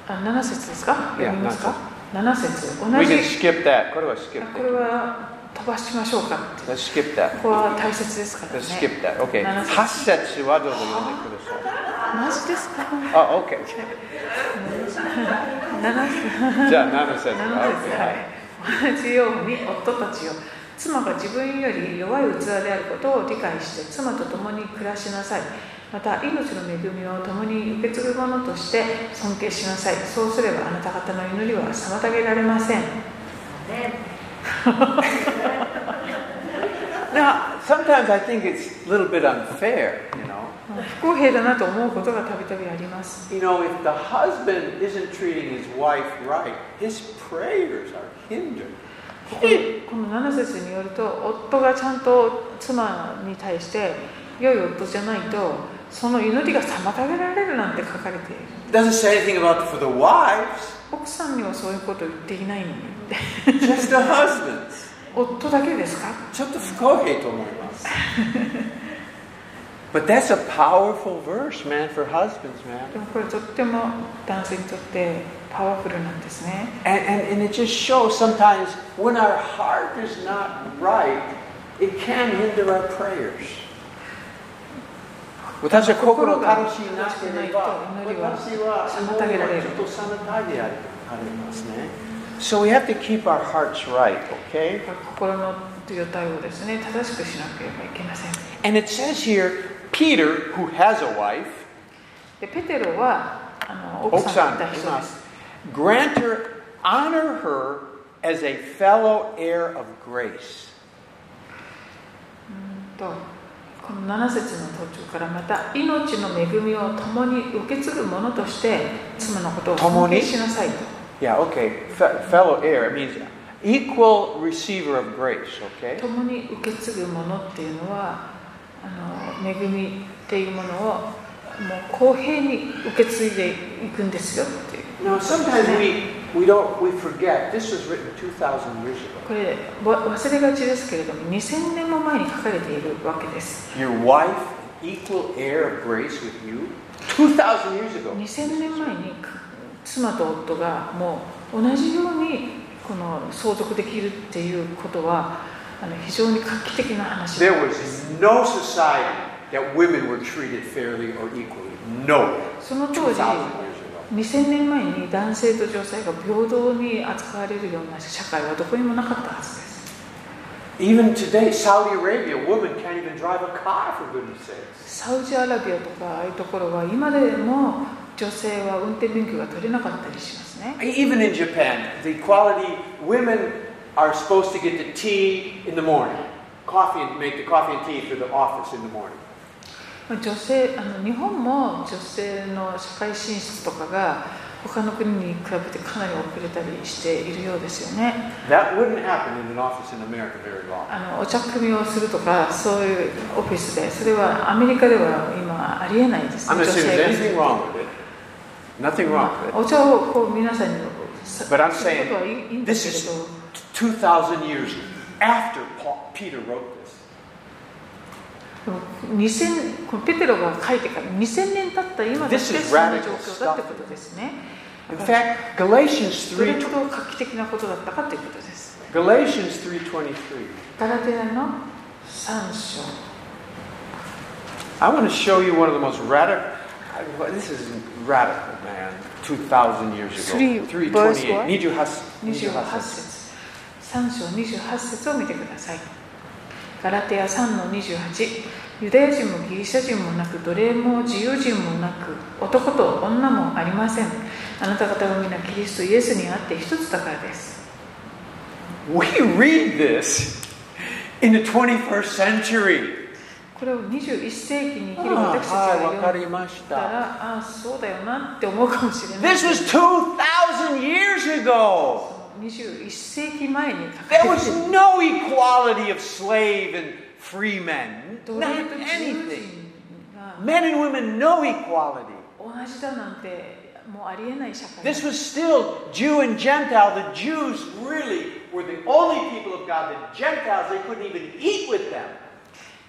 あ7節ですか
いや
読みますか7節同
We
じ
can skip that. これは skip
あこれ
that.
は飛ばしましょうかって
Let's skip that.
ここは大切ですから
Let's
ね
skip that. Okay.
七節。
8節はどうぞ読んでください。
マジですか
Oh, okay.
7節
じゃあ、7節。
なのです、
Okay.
はい、同じように夫たちよ妻が自分より弱い器であることを理解して妻と共に暮らしなさいまた命の恵みを共に受け継ぐものとして尊敬しなさいそうすればあなた方の祈りは妨げられません
Now, sometimes I think it's a little bit unfair, you know.
不公平だなと思うことがたびたびあります
You know, if the husband isn't treating his wife right, his prayers are hindered.
ここにこの7節によると夫がちゃんと妻に対して良い夫じゃないとその祈りが妨げられるなんて書かれている
Doesn't say anything about for the wives,
奥さんにはそういうこと言って いないんで
just the husbands.
夫だけですか
But that's a powerful verse, man, for husbands, man.
でもこれとっても男性にとってパワフルなんですね
And, and, and it just shows sometimes when our heart is not right, it can hinder our prayers. 私は心が正しいなければ、私はもうちょっと妨げられる。So we have to keep our hearts right, okay?
心の状態をですね正しくしなければいけません
And it says here, Peter, who has a wife,
でペテロはあの奥さんに
Oksan,
いた人です
grant her, honor her as a fellow heir of grace.
とこの7節の途中からまた命の恵みを共に受け継ぐ者として妻のことを
共
尊
に
敬しなさいと
Yeah, okay. Fe- fellow heir, it means equal receiver of grace, okay?
共に受け継ぐものっていうのはあの恵みっていうものをもう公平に受け継いでいくんですよっていう
Now, sometimes we, we don't, we forget, this was written 2,000 years ago.
これわ忘れがちですけれども2000年も前に書かれているわけです
Your wife, equal heir of grace with you, 2,000 years ago.
2000年前にか妻と夫がもう同じようにこの相続できるっていうことはあの非常に画期的な話
There was no society that women were treated fairly or equally. No.
その当時
2,000 years ago.
2000年前に男性と女性が平等に扱われるような社会はどこにもなかったはずです
Even today, Saudi Arabia, a woman can't even drive a car, for goodness sakes.
サウジアラビアとかああいうところは今でも女性は運転免許が取れなかったりしますね
Even in Japan, the equality, women are supposed to get the tea in the morning, coffee, and make the coffee and tea for the office in the morning.
まあ女性あの日本も女性の社会進出とかが他の国に比べてかなり遅れたりしているようですよね
That wouldn't happen in an office in America very long.
あのお茶組みをするとかそういうオフィスでそれはアメリカでは今ありえないです、
I'm
ね、
not
女
saying there's
性
anything wrong with it. Nothing wrong with
お茶をこう皆さんに
But I'm
することはいいいいんです
saying,
けれど
it. 2,000 years after Paul, Peter wrote this.
でも2000このペテロが書いてから2000年経った今だって
This
そ
is
んな
radical
状況だってことですね
In fact, Galatians
どれほど
3,
画期的なことだったかということです
Galatians 3.23.
ガラテヤの3章
I want to show you one of the most radical, this is radical, man, 2,000 years ago.
Three, verse what?
328. Niju-has-
28節3章28節を見てくださいガラテヤ3の28ユダヤ人もギリシャ人もなく奴隷も自由人もなく男と女もありませんあなた方は皆キリストイエスにあって一つだからです
We read this in the 21st century. Ah,
これを21世紀に生きる私たちが読んだだから
はい、わかりました。
ああそうだよなって思うかもしれない
This was 2,000 years ago.
21世紀前に書かれ
There
て
was
る
no equality of slave and free men.
奴
Not
隷と自由
anything.
人が
Men and women, no equality.
同じだなんてもうありえない社会
This was still Jew and Gentile. The Jews really were the only people of God. The Gentiles, they couldn't even eat with them.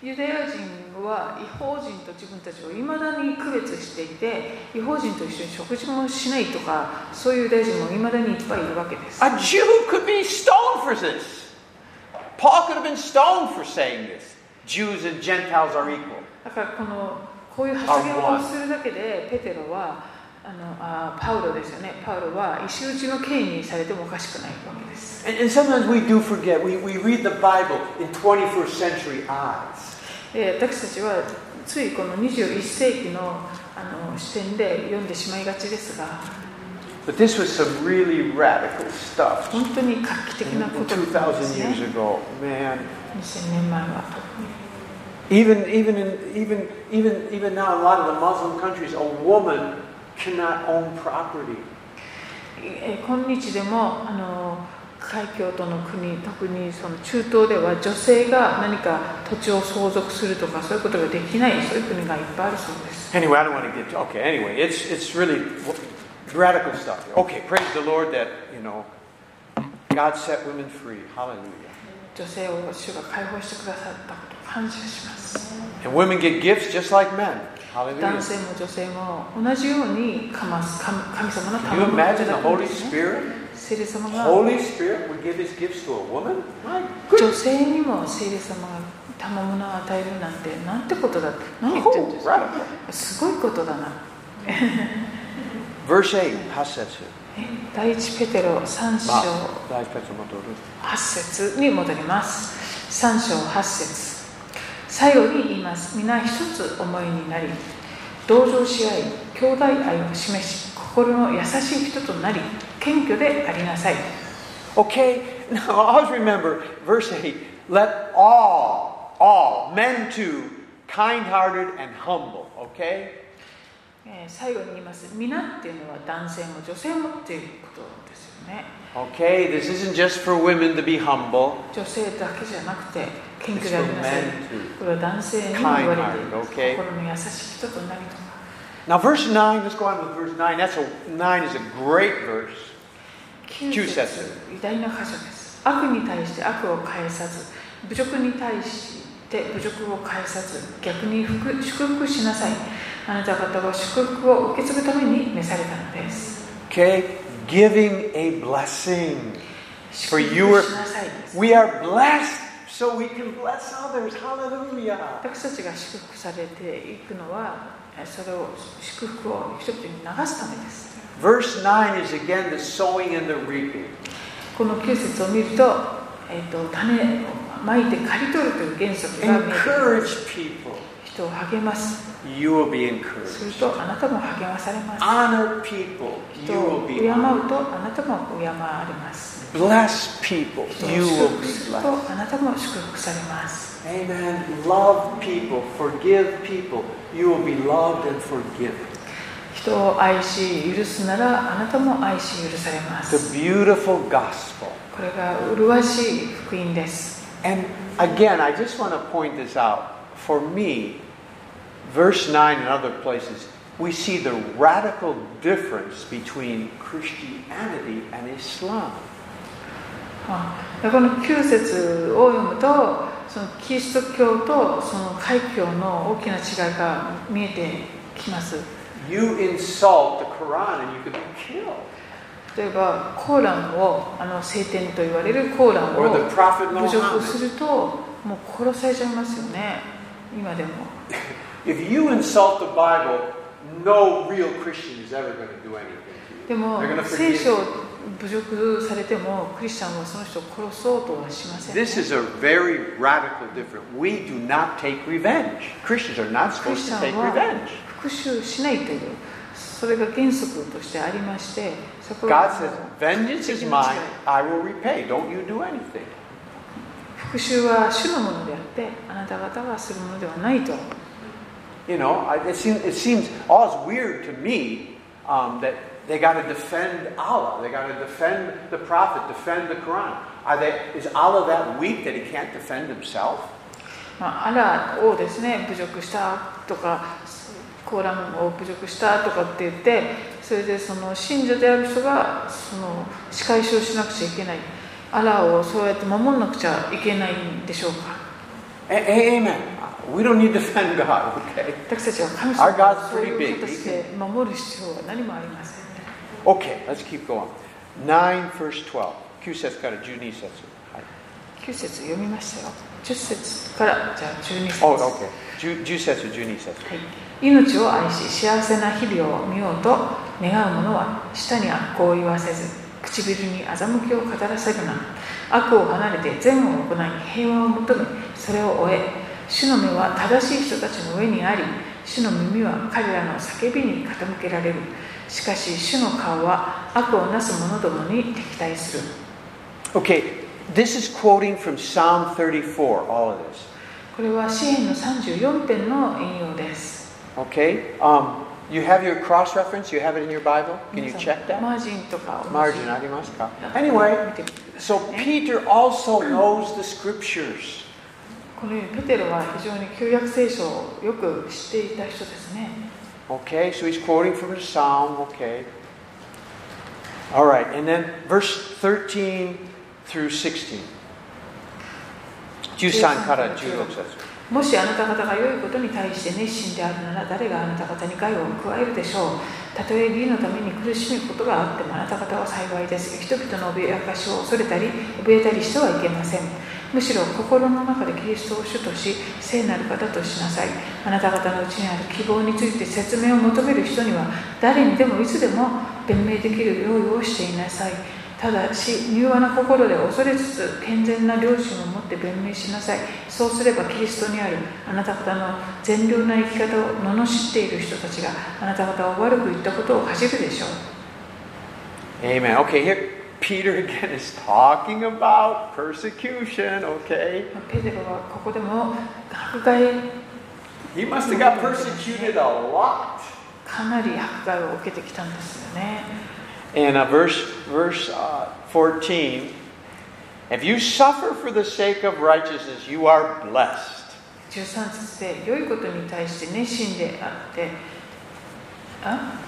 ユダヤ人は違法人と自分たちをいまだに区別していて違法人と一緒に食事もしないとかそういうユダヤ人もいまだにいっぱいいるわけです
A Jew could be stoned for this. Paul could have been stoned for saying this. Jews and Gentiles are equal.
だからこのこういう発言をするだけでペテロはあのあパウロですよねパウロは石打ちの刑にされてもおかしくないわけです
And, and sometimes we do forget. We, we read the Bible in 21st century eyes.
で私たちはついこの21世紀のあの視点で読んでしまいがちですが
But this was some really radical stuff.
本当に画期的なことなんで
2,000
す
years
ね
ago, man.
2000年前は
Even, even, in, even, even, even now, in a lot of the Muslim countries, a woman cannot own property.
えー今日でもあの海峡との国特にその中東では女性が何か土地を相続するとかそういうことができないそういう国がいっぱいあるそうです
Anyway, I don't want to get okay. Anyway, it's it's really radical stuff. here. Okay, praise the Lord that you know God set women free. Hallelujah.
女性を主が解放してくださったことを感謝します
And women get gifts just like men.
男
Hallelujah.
性も女性も同じようにかます神神様の
Can you
賜物をいた
imagine the
だくん
Holy
ですね
Spirit?
聖霊様が
Holy Spirit would give His gifts to a woman? My
女
goodness.
性にも聖霊様が賜物を与えるなんてなんてことだって何言ってるんで
Oh,
すか
radical.
すごいことだな
Verse eight. Hasetsu.
第一ペテロ3章
Ma- Dai petsu motoru.
8節に戻ります3章8節最後に言います皆一つ思いになり同情し合い兄弟愛を示し心の優しい人となり謙虚でありなさい
Okay, now always remember, verse 8 let all, all, men too, kind hearted and humble, okay?
えー最後に言います皆っていうのは男性も女性もっていうことですよね
Okay, this isn't just for women to be humble,
女性だけじゃなくて謙虚でありなさい
It's for men too.
これは男性にも言われている
Kind-hearted, okay?
心の優しい人となりとか
Now, verse nine. Let's go on with verse nine. That's a nine is a great verse.
9節偉大な箇所です悪に対して悪を返さず侮辱に対して侮辱を返さず逆に福祝福しなさいあなた方は祝福を受け継ぐために召されたのです
Okay, giving a blessing.
祝
For
福
you are-
しなさいです
We are blessed, so we can bless others. Hallelujah.
私たちが祝福されていくのはえそれを祝福を人々に流すためです
Verse nine is again the sowing and the reaping.
この9節を見ると,、えー、と種をまいて刈り取るという原則が見えてきます
Encourage people.
人を励ます
You will be
する
encouraged.
とあなたも励まされます
Honor people.
人
You will
を敬
be
う
honored.
とあなたも敬われます。
Bless people.
人を
You
祝
will
福
be
すると
blessed.
あなたも祝福されます。
Amen. Love people, forgive people. You will be loved and forgiven.
人人を愛し許すならあなたも愛し許されます
The beautiful gospel.
これが麗しい福音です
And again, I just want to point this out. For me, verse 9 and other places, we see the radical difference between Christianity and Islam.
あでこの9節を読むとそのキリスト教とその海教の大きな違いが見えてきます
You insult the Quran and you could be killed.
例えばコーランをあの聖典と言われるコーラン
Or the
を
Prophet
侮辱す
Muhammad.
るともう殺されちゃいますよね今でも
If you insult the Bible, no real Christian is ever going to do anything to
で
you.
も
They're going to
聖
forgive
書を
you.
侮辱されてもクリスチャンはその人を殺そうとはしません、ね、
This is a very radical difference. We do not take revenge. Christians are not
クリ
supposed
スチ
to
ャ
take
ンは
revenge.
復讐しないというそれが原則としてありましてそこ
God
は
says, Vengeance is mine, I will repay. Don't you do anything.
復讐は主のものであってあなた方はするものではないと
You know, I, it, seems, it seems always weird to me um, that they got to defend Allah, they got to defend the Prophet, defend the Quran. Are they, is Allah that weak that he can't defend himself?
まあ、アラをですね侮辱したとかコーランを侮辱したとかって言ってそれでその信者である人がその仕返しをしなくちゃいけないアラをそうやって守らなくちゃいけないんでしょうか
A- a- amen. We don't need to defend God, okay?
私たちは神
Our
様
God's
をそう
pretty
い
big.
う形で守る必要は何もありませんね
Okay, let's keep going. 9, verse 12. 9節から12節。はい。
9節読みましたよ10節からじゃあ12節
Oh, okay. 10, 10節、12節。
はい、命を愛し幸せな日々を見ようと願う者は舌に悪行を言わせず唇に欺きを語らせるな悪を離れて善を行い平和を求めそれを追え主の目は正しい人たちの上にあり主の耳は彼らの叫びに傾けられるしかし主の顔は悪をなす者どもに敵対する
Okay, this is quoting from Psalm 34, all of this.
これは詩篇の34編の引用です
Okay? Um, you have your cross reference? You have it in your Bible? Can
皆
you
さん
check that?
マージンとかを
Margin,
見て
arimasuか?
見
Anyway,
てみてくださ
so
いね
Peter also knows the scriptures.
このようにペテロは非常に旧約聖書をよく知っていた人ですね。
Okay, so he's quoting from a psalm, okay. All right, and then verse 13 through 16. 13から16節。
もしあなた方が良いことに対して熱心であるなら誰があなた方に害を加えるでしょうたとえ義のために苦しむことがあってもあなた方は幸いです人々の脅かしを恐れたり怯えたりしてはいけませんむしろ心の中でキリストを主とし聖なる方としなさいあなた方のうちにある希望について説明を求める人には誰にでもいつでも弁明できる用意をしていなさいただし、柔和な心で恐れつつ、健全な良心を持って弁明しなさい。そうすれば、キリストにあるあなた方の善良な生き方を罵っている人たちがあなた方を悪く言ったことを恥じるでしょう。
Amen. Okay, here Peter again is talking about persecution, okay?
ペテロはここでも迫害、
He must have got persecuted a lot.
かなり迫害を受けてきたんですよね。
And uh, verse, verse uh, 14 If you suffer for the sake of righteousness, you are blessed.
13節で、良いことに対して熱心であって、あ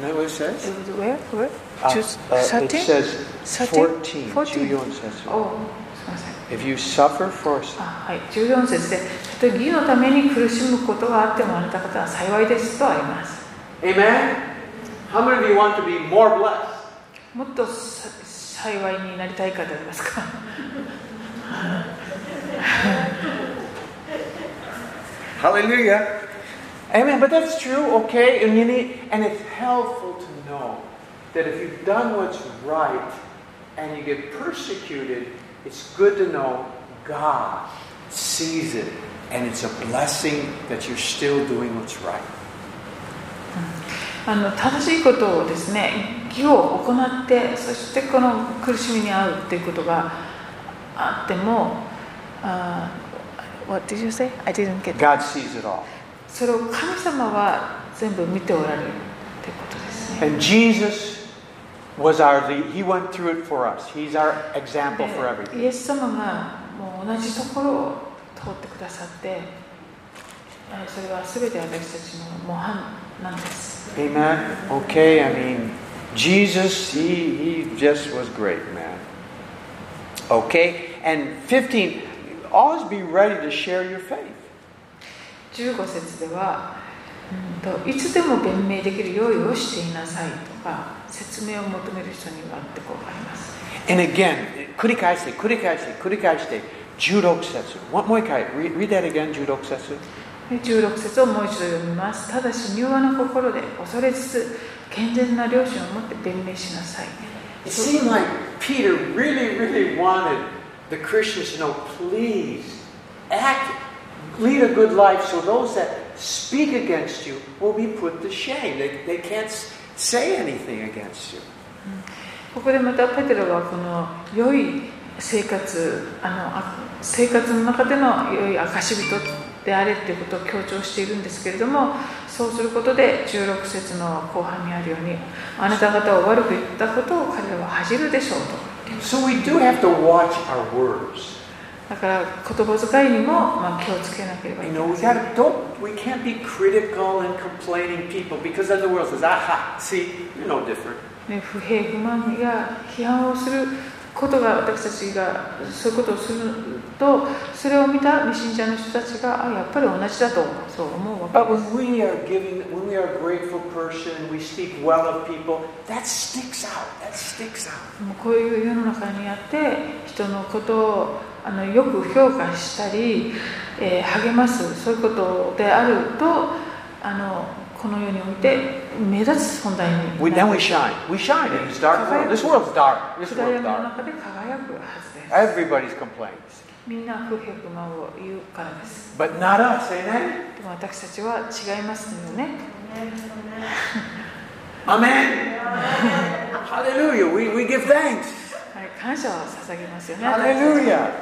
Isn't that what it says?
where? Where?
Uh, uh, it
13?
says
13?
14.
14.
14 says,
おすみません。
If you suffer for
あはい、14節で、たとえ義のために苦しむことがあってもあなた方は幸いですとあります。
Amen. How many of you want to be more blessed?
もっとさ幸いになりたい方いますか
Hallelujah. Amen. But that's true, okay? And you need, and it's helpful to know that if you've done what's right and you get persecuted, it's good to know God sees it and it's a blessing that you're still doing what's right.
あの正しいことをですね、義を行って、そしてこの苦しみに遭うということがあっても、あ What did you say? I didn't get it.
God sees it all.
それを神様は全部見ておられるということですね。
And Jesus was our lead. He went through it for us. He's our example for
で
everything.
イエス様がもう同じところを通ってくださって、えーそれはすべて私たちの模範なんです。
Amen. Okay, I mean, Jesus, he, he just was great, man. Okay, and 15, always be ready to share your faith.
15節では、うんと、いつでも弁明できる用意をしていなさいとか、説明を求める人にはってこうあります。
And again, 繰り返して、繰り返して、繰り返して、16節。One- もう一回、read, read that again, 16節。
16節をもう一度読みます。ただし、柔和な心で恐れつつ、健全な良心を持って弁明しなさい。
It seemed like Peter really, really wanted the Christians to know please act, lead a good life so those that speak against you will be put to shame. They, they can't s- say anything against you.
ここでまたペテロはこの良い生活あのあ生活の中での良い証人であれっていうことを強調しているんですけれどもそうすることで16節の後半にあるようにあなた方を悪く言ったことを彼らは恥じるでしょうと
So we do have to watch our words.
だから言葉遣いにも、まあ、気をつけなければい
You
け
know,
ま
we
せん
gotta don't we can't be critical and complaining people because then the world says, aha, see, you're no different.
ね、不平不満や批判をすることが私たちがそういうことをするとそれを見た未信者の人たちがあやっぱり同じだとそう思うわ
But
けです
when we are giving, when we are a grateful person, we speak well of people, that sticks out. That sticks out.
もうこういう世の中にあって人のことをあのよく評価したり、えー励ますそういうことであるとあのこの世において目立つ存在にな
We,
る
then we shine. We shine in this dark world. This world's dark. This
暗闇
world's
の
dark.
中で輝くはずです
Everybody's complaints,
みんな不平不満を言うからです
but not us. Amen.
でも私たちは違いますよね
Amen. Hallelujah. We, we give thanks.
はい、感謝を捧げますよね。
Hallelujah.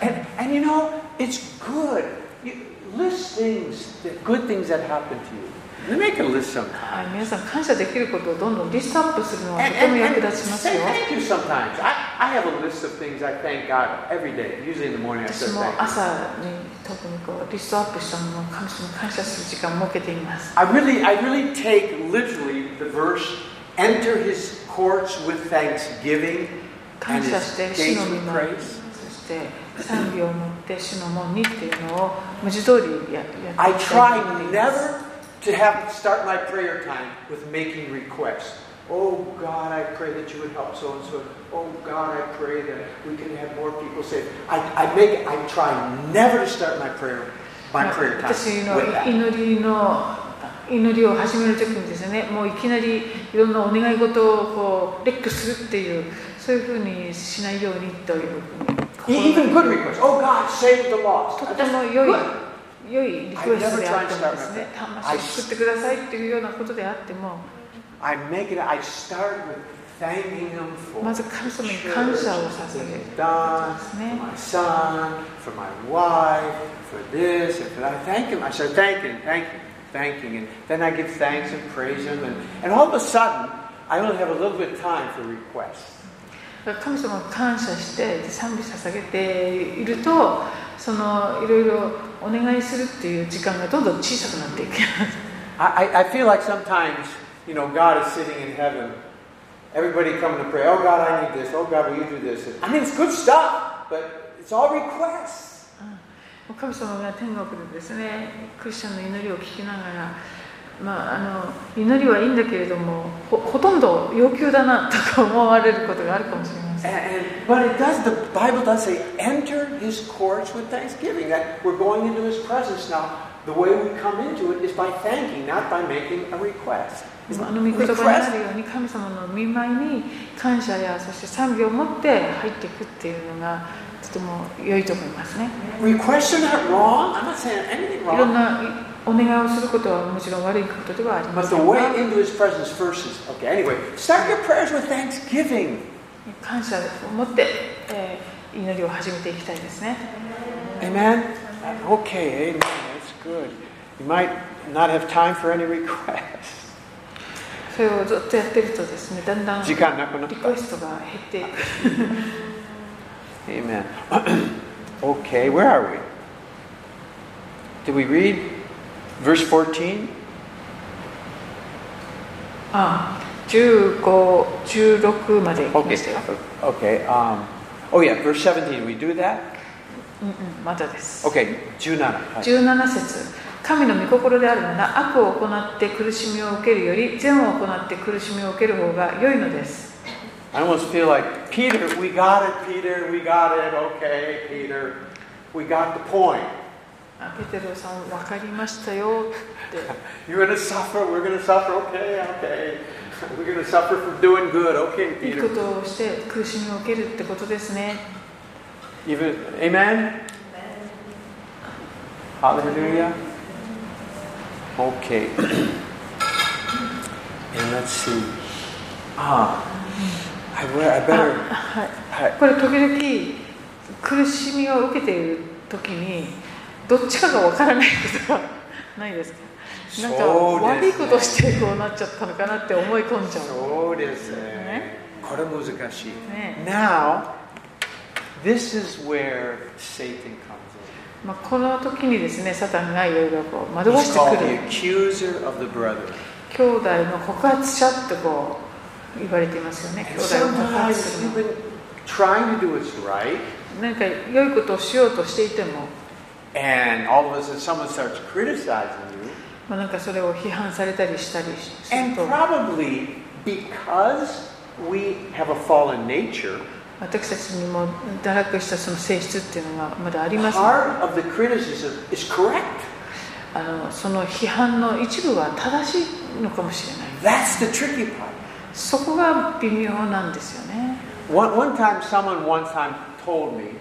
And, and you know, it's good. You list things, the good things that happen to you. You make a list sometime.
はい、皆さん感謝できることをどんどんリストアップするのは
And,
とても
and,
役
and
立ちます
say
よ。
thank you sometimes. I, I have a list of things I thank God every day. Usually in the morning I say
私も
thank you.
朝に特にこうリストアップしたものを神様に感謝する時間を設けています。
I really, I really take literally the verse, enter his courts with thanksgiving
感
and
謝
his
して、主
gates
の御
with
前に
praise.、
そして賛美を持って主の門にっていうのを文字通りややっていきた
I
いと思
try
っています
never to have start my prayer time with making requests. Oh God, I pray that you would help so and so. Oh God, I pray that we can have more people saved. I, I make I try never to start my prayer my prayer time
私
with
の
that.
祈りの祈りを始めるときにですねもういきなりいろんなお願い事をこうレックするっていうそういうふうにしないようにというふうに
E, Even good requests. Oh God, save the
と
lost.
っても良い良いリクエストであってもですね魂
I never tried to start my prayer.
を救ってくださいっていうようなことであっても
I make it. I start with thanking Him for
まず神様に
church,
感謝を捧げる
what He's done,
です
for
ね
my son, for my wife, for this, and for that. I thank him. I start thanking, thanking, thanking. And then I give thanks and praise him. And, and all of a sudden, I only have a little bit of time for requests.
神様に感謝して賛美捧げているとそのいろいろお願いするっていう時間がどんどん小さくなっていく
I, I, I feel like sometimes, you know, God is sitting in heaven. Everybody coming to pray. Oh, God, I need this. Oh, God, will you do this? I mean, it's good stuff, but it's all requests.
神様が天国でですねクリスチャンの祈りを聞きながら、まあ、あの祈りはいいんだけれどもほほとんど要求だなとか思われることがあるかもしれません
And, and- but it does. The Bible does say, "Enter His courts with thanksgiving." That we're going into His presence now. The way we come into it is by thanking, not by making a request.
でもあの御言葉になるように神様の見舞いに感謝やそして賛美を持って入っていくっていうのがとても良いと思いますね
Requests are not wrong. I'm not saying anything
いろん
wrong.
ないお願いをすることはもちろん悪いことではありま
But
せ
the
んが
way into His presence first is okay. Anyway, start your prayers with thanksgiving.
感謝を持って、えー祈りを始めていきたいですね
Amen. Okay. Amen. That's good. You might not have time for any requests.
それをずっとやってるとですねだんだん
時
リ
間なくなっ
クエストが減って
た。Amen. okay, where are we? Did we read verse 14?
あ1516まで行きま
Okay.
したよ、
Okay. Um, oh yeah, verse 17. We do that.
うんうん、まだです、
Okay, 17.
17節神の御心であるなら悪を行って苦しみを受けるより善を行って苦しみを受ける方が良いのです
I almost feel like, Peter, we got it, Peter, we got it, okay, Peter, we got the point.
あペテロさん分かりましたよって
You're going to suffer, we're going to suffer, okay, okay. We're going to suffer for doing good, okay,
いいこ
Peter.
とをして苦しみを受けるってことですね
Even, amen? Hallelujah. Okay. and let's see. Ah, I, we- I
あ
better.
はい
I,
これ時々苦しみを受けている時にどっちかが分からないことがないですかなんか
そう
悪
で
い
す
こ
ね
としてこうなっちゃったのかなって思い込んじゃう
そうですね
ね。
これ難しい。
ね
Now, this is where Satan comes in.
まあ、この時にですねサタンがいろいろこう惑わ
He's
して
called
くる
the accuser of the brethren.
兄弟の告発者ってこう言われていますよね兄
And
弟を告発
sometimes
する
you've
の
been trying to do what's right,
なんか良いことをしようとしていても、
and all of a sudden someone starts criticizing you.
まあ、なんかそれを批判されたりしたりする
And
と
probably because we have a fallen nature,
私たちにも堕落したその性質っていうのがまだありますので
part of the criticism is correct.
あのその批判の一部は正しいのかもしれない
That's the tricky part.
そこが微妙なんですよね
One, one time, someone one time told me,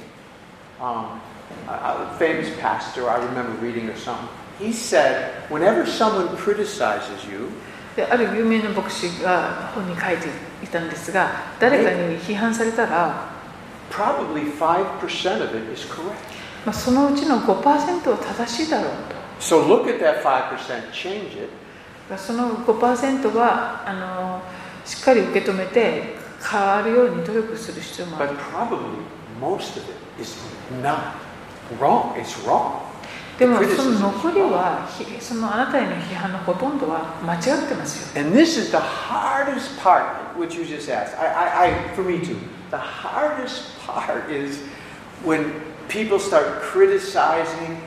um, a, a famous pastor, I remember reading or something, he said, whenever someone criticizes you,
である有名な牧師が本に書いていたんですが誰かに批判されたら、ま
probably 5% of it is correct.
あ、そのうちの5%は正しいだろう
So look at that 5%, change it,
とその5%はあのしっかり受け止めて変わるように努力する必要もあ
but
る
probably most of it is not wrong. It's wrong.
で
The
もそ
criticism
の
is
残り
wrong.
はひそのあなたへの批判のほとんどは間違ってますよ
And this is the hardest part, which you just asked. I, I, I, for me too. The hardest part is when people start criticizing.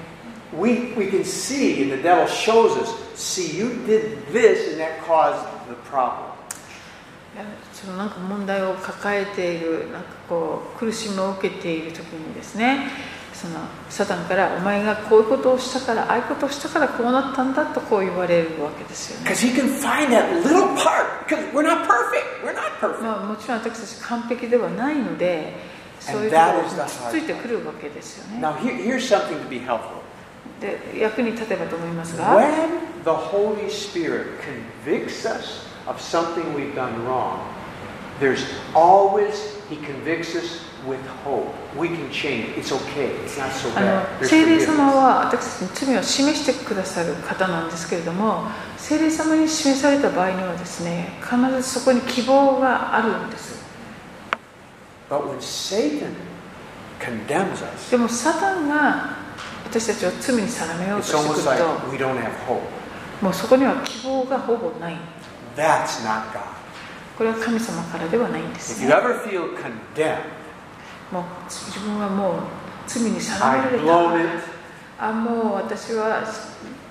We, we can see, and the devil shows us, see, you did this, and that caused the problem.
いやそのなんか問題を抱えているなんかこう苦しみを受けている時にですねそのサタンから「お前がこういうことをしたからああいうことをしたからこうなったんだ」とこう言われるわけですよね、
Because he can find that little part, because we're not perfect. We're not perfect.
まあ、もちろん私たち完璧ではないのでそういう
And that is
と
the
ころにつついてくるわけですよね
Now, here, here's something to be helpful.
で役に立てばと思いますが
When the Holy Spirit convicts us of something we've done wrong, there's always, He convicts us with hope. We can change. It's okay. It's not so
あの
bad.
聖霊
There's
様
forgiveness.
は私たちに罪を示してくださる方なんですけれども聖霊様に示された場合にはですね必ずそこに希望があるんです
But when Satan condemns us,
でもサタンが私たちを罪に定めようと
it's
してく
almost
ると
like we don't have hope.
もうそこには希望がほぼない
That's not God.
これは神様からではないんで
If
す、
you
ね、
ever feel condemned,
もう自分はもう罪に定めら
I've
れ
blown it,
たあもう私は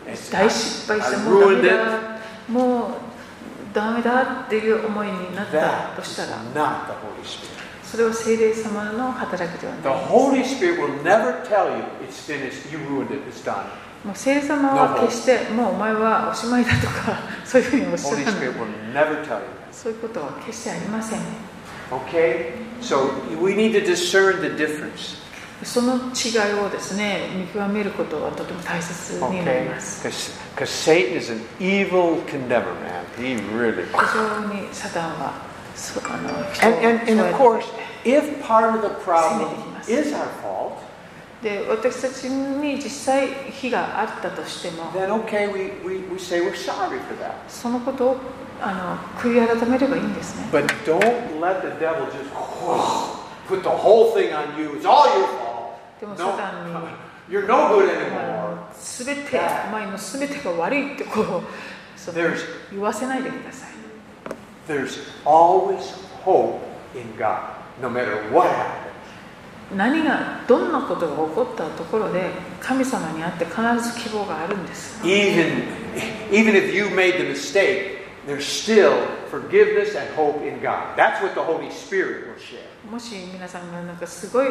it's,
大失敗した
I
もうダ
ruined
メ
it,
だもうダメだっていう思いになった
that
とし
is
たら
not the Holy Spirit.
それは聖霊様の働きでは
The
ない
Holy Spirit will never tell you it's finished, you ruined it, it's done.
もう聖霊様は決してもうお前はおしまいだとか そういうふうにおっ
The
しゃ
Holy
らない
Spirit will never tell you that.
そういうことは決してありません
Okay? So we need to discern the difference.
その違いをですね見極めることはとても大切になり
Okay?
ます。
Because Satan is an evil condemner, man. He really.
非常にサタンはそうあの
And, and, and
人
of
を
course, if part of the problem
Sin it is.
is our fault,
で私たちに実際非があったとしても
then okay, we, we, we say we're sorry for that.
そのことをあの悔い改めればいいんですね
But don't let the devil just put the whole thing on you. It's all your fault.
でもサタンに
No, you're no good anymore.
全てお前の全てが悪いってこうその
There's-
言わせないでください
There's always hope in God, no matter what happens.
何がどんなことが起こったところで神様にあって必ず希望があるんです
Even, even if you made the mistake, there's still forgiveness and hope in God. That's what the Holy Spirit will share.
もし皆さんがなんかすごい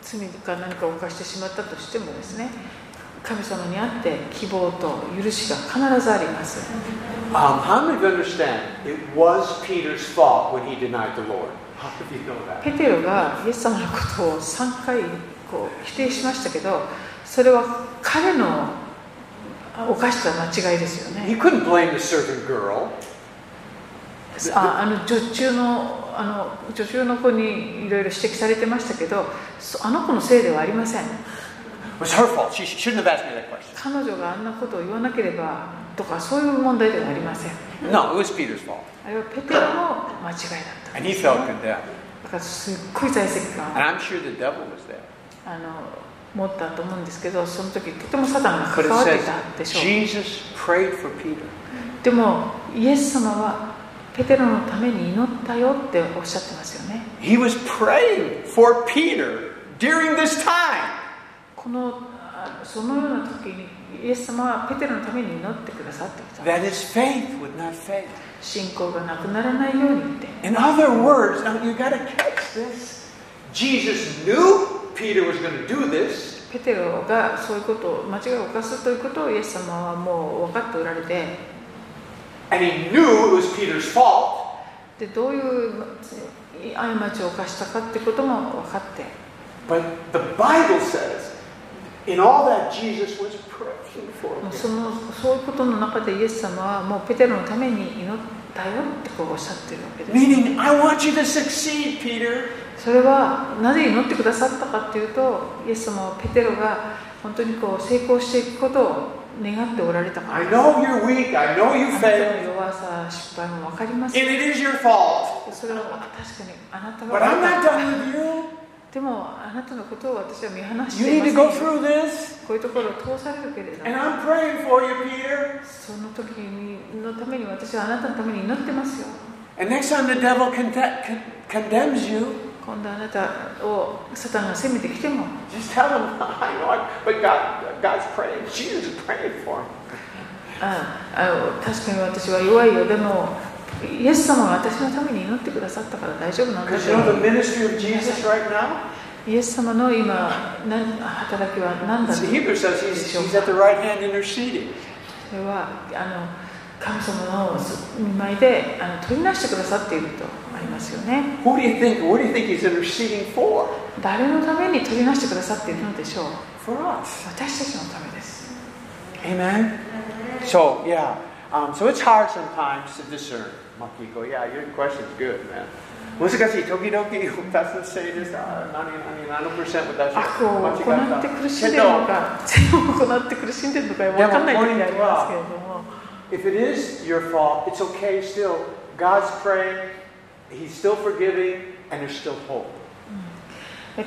罪か何かを犯してしまったとしてもですね神様にあって希望と許しが必ずあります
Um, how many of you understand? It was Peter's fault when he denied the Lord. How do you know that?
ペテロがイエス様のことを3回こう否定しましたけどそれは彼のあ犯した間違いですよ
He
ね
couldn't blame the servant girl.
ああの女中のあの女中の子にいろいろ指摘されてましたけどそあの子のせいではありません
It was her fault. She shouldn't have asked me that question.
彼女があんなことを言わなければとかそういう問題ではありません
No, it was Peter's fault.
あれはペテロの間違いだった
And he felt condemned.
だからすっごい在籍感
And
を
I'm sure the devil was there.
あの持ったと思うんですけどその時とてもサタンが
But
関
it
わっていたで
says
しょう
Jesus prayed for Peter.
でもイエス様はペテロのために祈ったよっておっしゃってますよね
He was praying for Peter during this time.
このあそのような時にイエス様はペテロのために祈ってくださっていた
That his faith would not fail.
信仰がなくならないようにって
In other words, now you gotta catch this. Jesus knew Peter was gonna do this,
ペテロがそういうことを間違いを犯すということをイエス様はもう分かっておられて
and he knew it was Peter's fault.
でどういうい過ちを犯したかってことも分かって
But the Bible says, in all that Jesus was praying for
もう
him.
そのそういうことの中でイエス様はもうペテロのために祈ったよってこうおっしゃってるわけです。
Meaning, I want you to succeed, Peter.
それはなぜ祈ってくださったかっていうとイエス様はペテロが本当にこう成功していくことを願っておられたから
I know you're weak. I know
あ
you
なたの
failed.
弱さ失敗も分かりま
And
す
it is your fault.
それは確かにあなた
But I'm
が
not done with you.
でもあなたのことを私は見放し
You
てい
need
ま
to go
す、
through this.
こういうところを通されるけれど
And I'm praying for you, Peter.
その時にのために私はあなたのために祈ってますよ
And next time the devil conde- con- condemns you,
今度あなたをサタンが責めてきても
just tell him, I know, I- but God, God's praying. Jesus is praying for him.
ああの確かに私は弱いよでもイエス様が私のために祈ってくださったから大丈夫なんだ
Because
け
you
ど
know the ministry of Jesus right now?
イエス様の今何働きは何だ
The
ろう
Hebrew says he's, he's at the right hand interceding.
それはあの神様の見舞いであの取りなしてくださっているとありますよね
Who do you think, what do you think he's interceding for?
誰のために取りなしてくださっているのでしょう
For us.
私たちのためです
Amen. So yeah, um, so it's hard sometimes to discern. Makiko, yeah, your question's good, man. uh,
悪を行って苦しんでるの
難
か善を
しい時々私たち何々何々何パーセントですあ何々のパーセント。けど、
行って苦しんでるのか分かんない時がありますけれども
If it is your fault, it's okay still. God's praying, He's still forgiving, and there's still hope.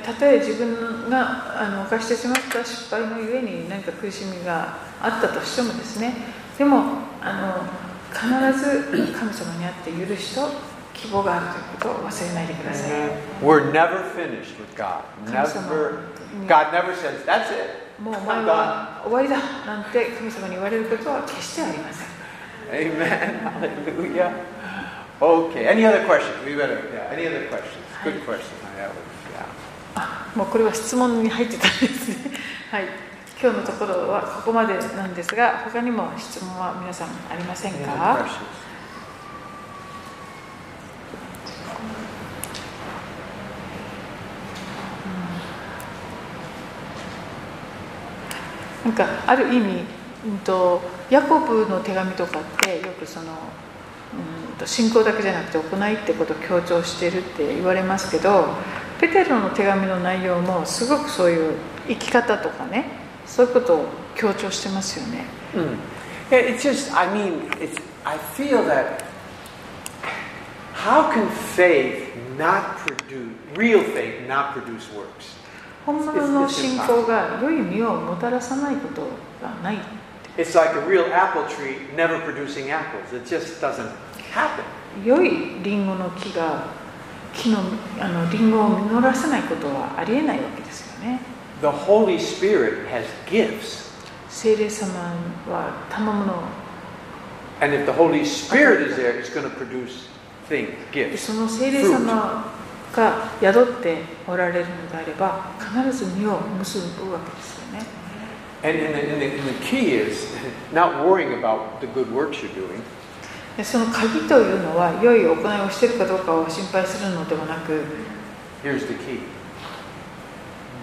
たとえ自分があの犯してしまった失敗のゆえに何か苦しみがあったとしてもですねでもあの必ず神様にあって許しと希望があるということを忘れないでください
We're never finished with God.
神様
Never.
に
God never says, that's it.
もうお前は終わりだなんて神様に言われることは決してありません
Amen. Hallelujah. Okay. Any other questions? We better. Yeah. Any other questions? Good question. That was, yeah.
あもうこれは質問に入ってたんですね はい今日のところはここまでなんですが他にも質問は皆さんありません
Any
か
other questions?
なんかある意味、うん、とヤコブの手紙とかってよくその、うん、と信仰だけじゃなくて行いってことを強調してるって言われますけどペテロの手紙の内容もすごくそういう生き方とかねそういうことを強調してますよね
Hmm. Yeah, it's just, I mean, it's, I feel that how can faith not produce, real faith not produce works?
本物の信仰が良い実をもたらさないことがない
It's like a real apple tree never producing apples. It just doesn't happen.
良いリンゴの木が木のあのリンゴを実らせないことはありえないわけですよね
The Holy Spirit has gifts.
聖霊様は賜物を
And if the Holy Spirit is there, it's going to produce things,
で
gifts.
その聖霊様が宿っておられるのであれば必ず実を結ぶわけですよね
And, and, the, and, the, and the key is not worrying about the good works you're doing,
でその鍵というのは良い行いをしているかどうかを心配するのではなく
Here's the key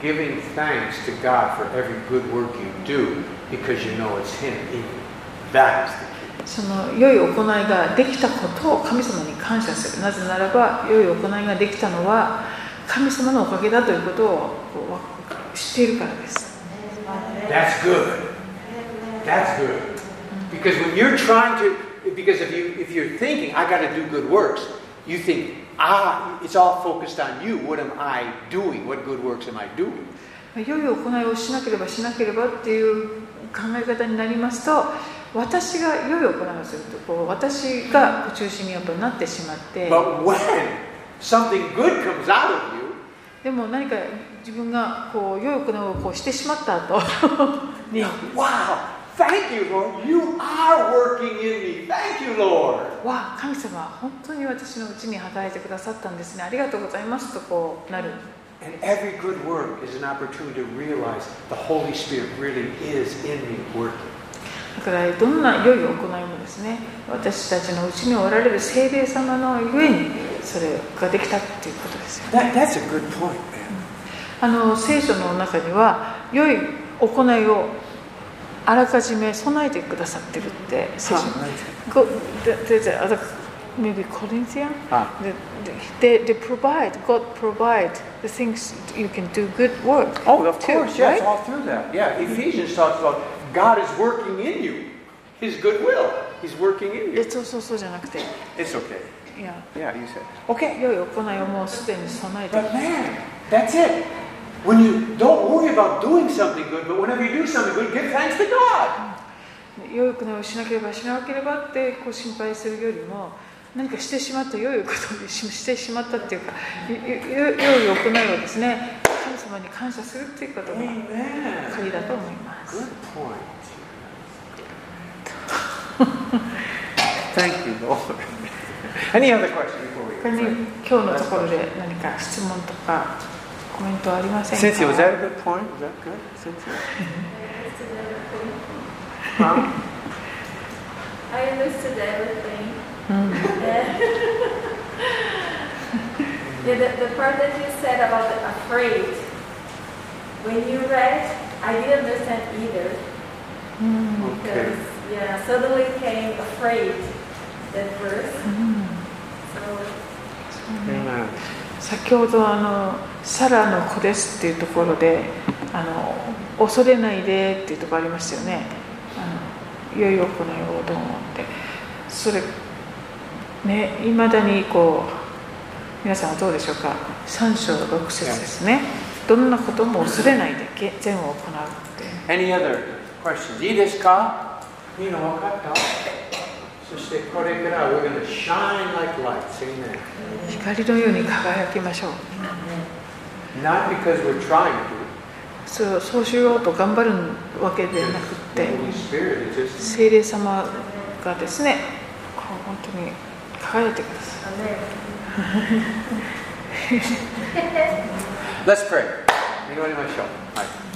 giving thanks to God for every good work you do because you know it's Him in you. That is the key.
その良い行いができたことを神様に感謝するなぜならば良い行いができたのは神様のおかげだということをこうわ知っているからです
That's good. That's good. Because when you're trying to, because if, you, if you're thinking, I got to do good works, you think, ah, it's all focused on you. What am I doing? What good works am I doing?
良い行いをしなければしなければっていう考え方になりますと私が良い行いをするとこう私が中心にやっぱなってしまって
But when something good comes out of you,
でも何か自分がこう良い行いをこうしてしまった後 に
Wow, thank you, Lord. You are working in me. Thank you, Lord.
わあ神様は本当に私のうちに働いてくださったんですねありがとうございますとこうなる
And every good work is an opportunity to realize the Holy Spirit really is in me working.
だからどんな良い行いもですね私たちのうちにおられる聖霊様のゆえにそれができたっていうことですよね
That, that's a good point, man.
あの聖書の中には良い行いをあらかじめ備えてくださってるって聖書の Go, the, the, the other, maybe Corinthian?
Ah.
The, the, they, they provide, God provide the things you can do good work.
Oh, of
too,
course, yes,
right?
all through that. Yeah, Ephesians talks about God is working in you, His goodwill. He's working in
え
you.
そうそうそうじゃなくて、い
It's okay.
や、
Yeah, you said. Okay,
良い行いをもうすでに備えて
But man, that's it. When you don't worry about doing something good, but whenever you do something good, give thanks to God.
良い行いをしなければしなければってこう心配するよりも、何かしてしまった良いことをししてしまったっていうか、よよ良い行いをですね、神様に感謝するっていうことが
Amen.
鍵だと思います。
Good point. Thank you, Lord. Any other question before we
他に今日のところで何か質問とかコメントはありませんか
Cynthia, was that a good point? Was that good, Cynthia? Huh?
I understood everything.
うん、
yeah, Yeah, the, the part that you said about the afraid, when you read, I didn't understand either.
うん、
Because,
Okay.
yeah, suddenly came afraid, that verse.
うん、
So,
そうね
Amen.
先ほどあの「サラの子です」っていうところで「あの恐れないで」っていうところありましたよね「あのいよいよこの世をどう思って」それねいまだにこう皆さんはどうでしょうか3章6節ですねどんなことも恐れないでけ善を行うって
Any other questions? いいですかいいの分かったそしてこれから we're going to shine like lights. Amen.
光のように輝きましょう
Not because we're trying to.
そうそうしようと頑張るわけではなくっ
The
て
Holy Spirit is just.
聖霊様がですねこう本当に輝いてください
amen.
Let's pray. 祈りましょう。はい。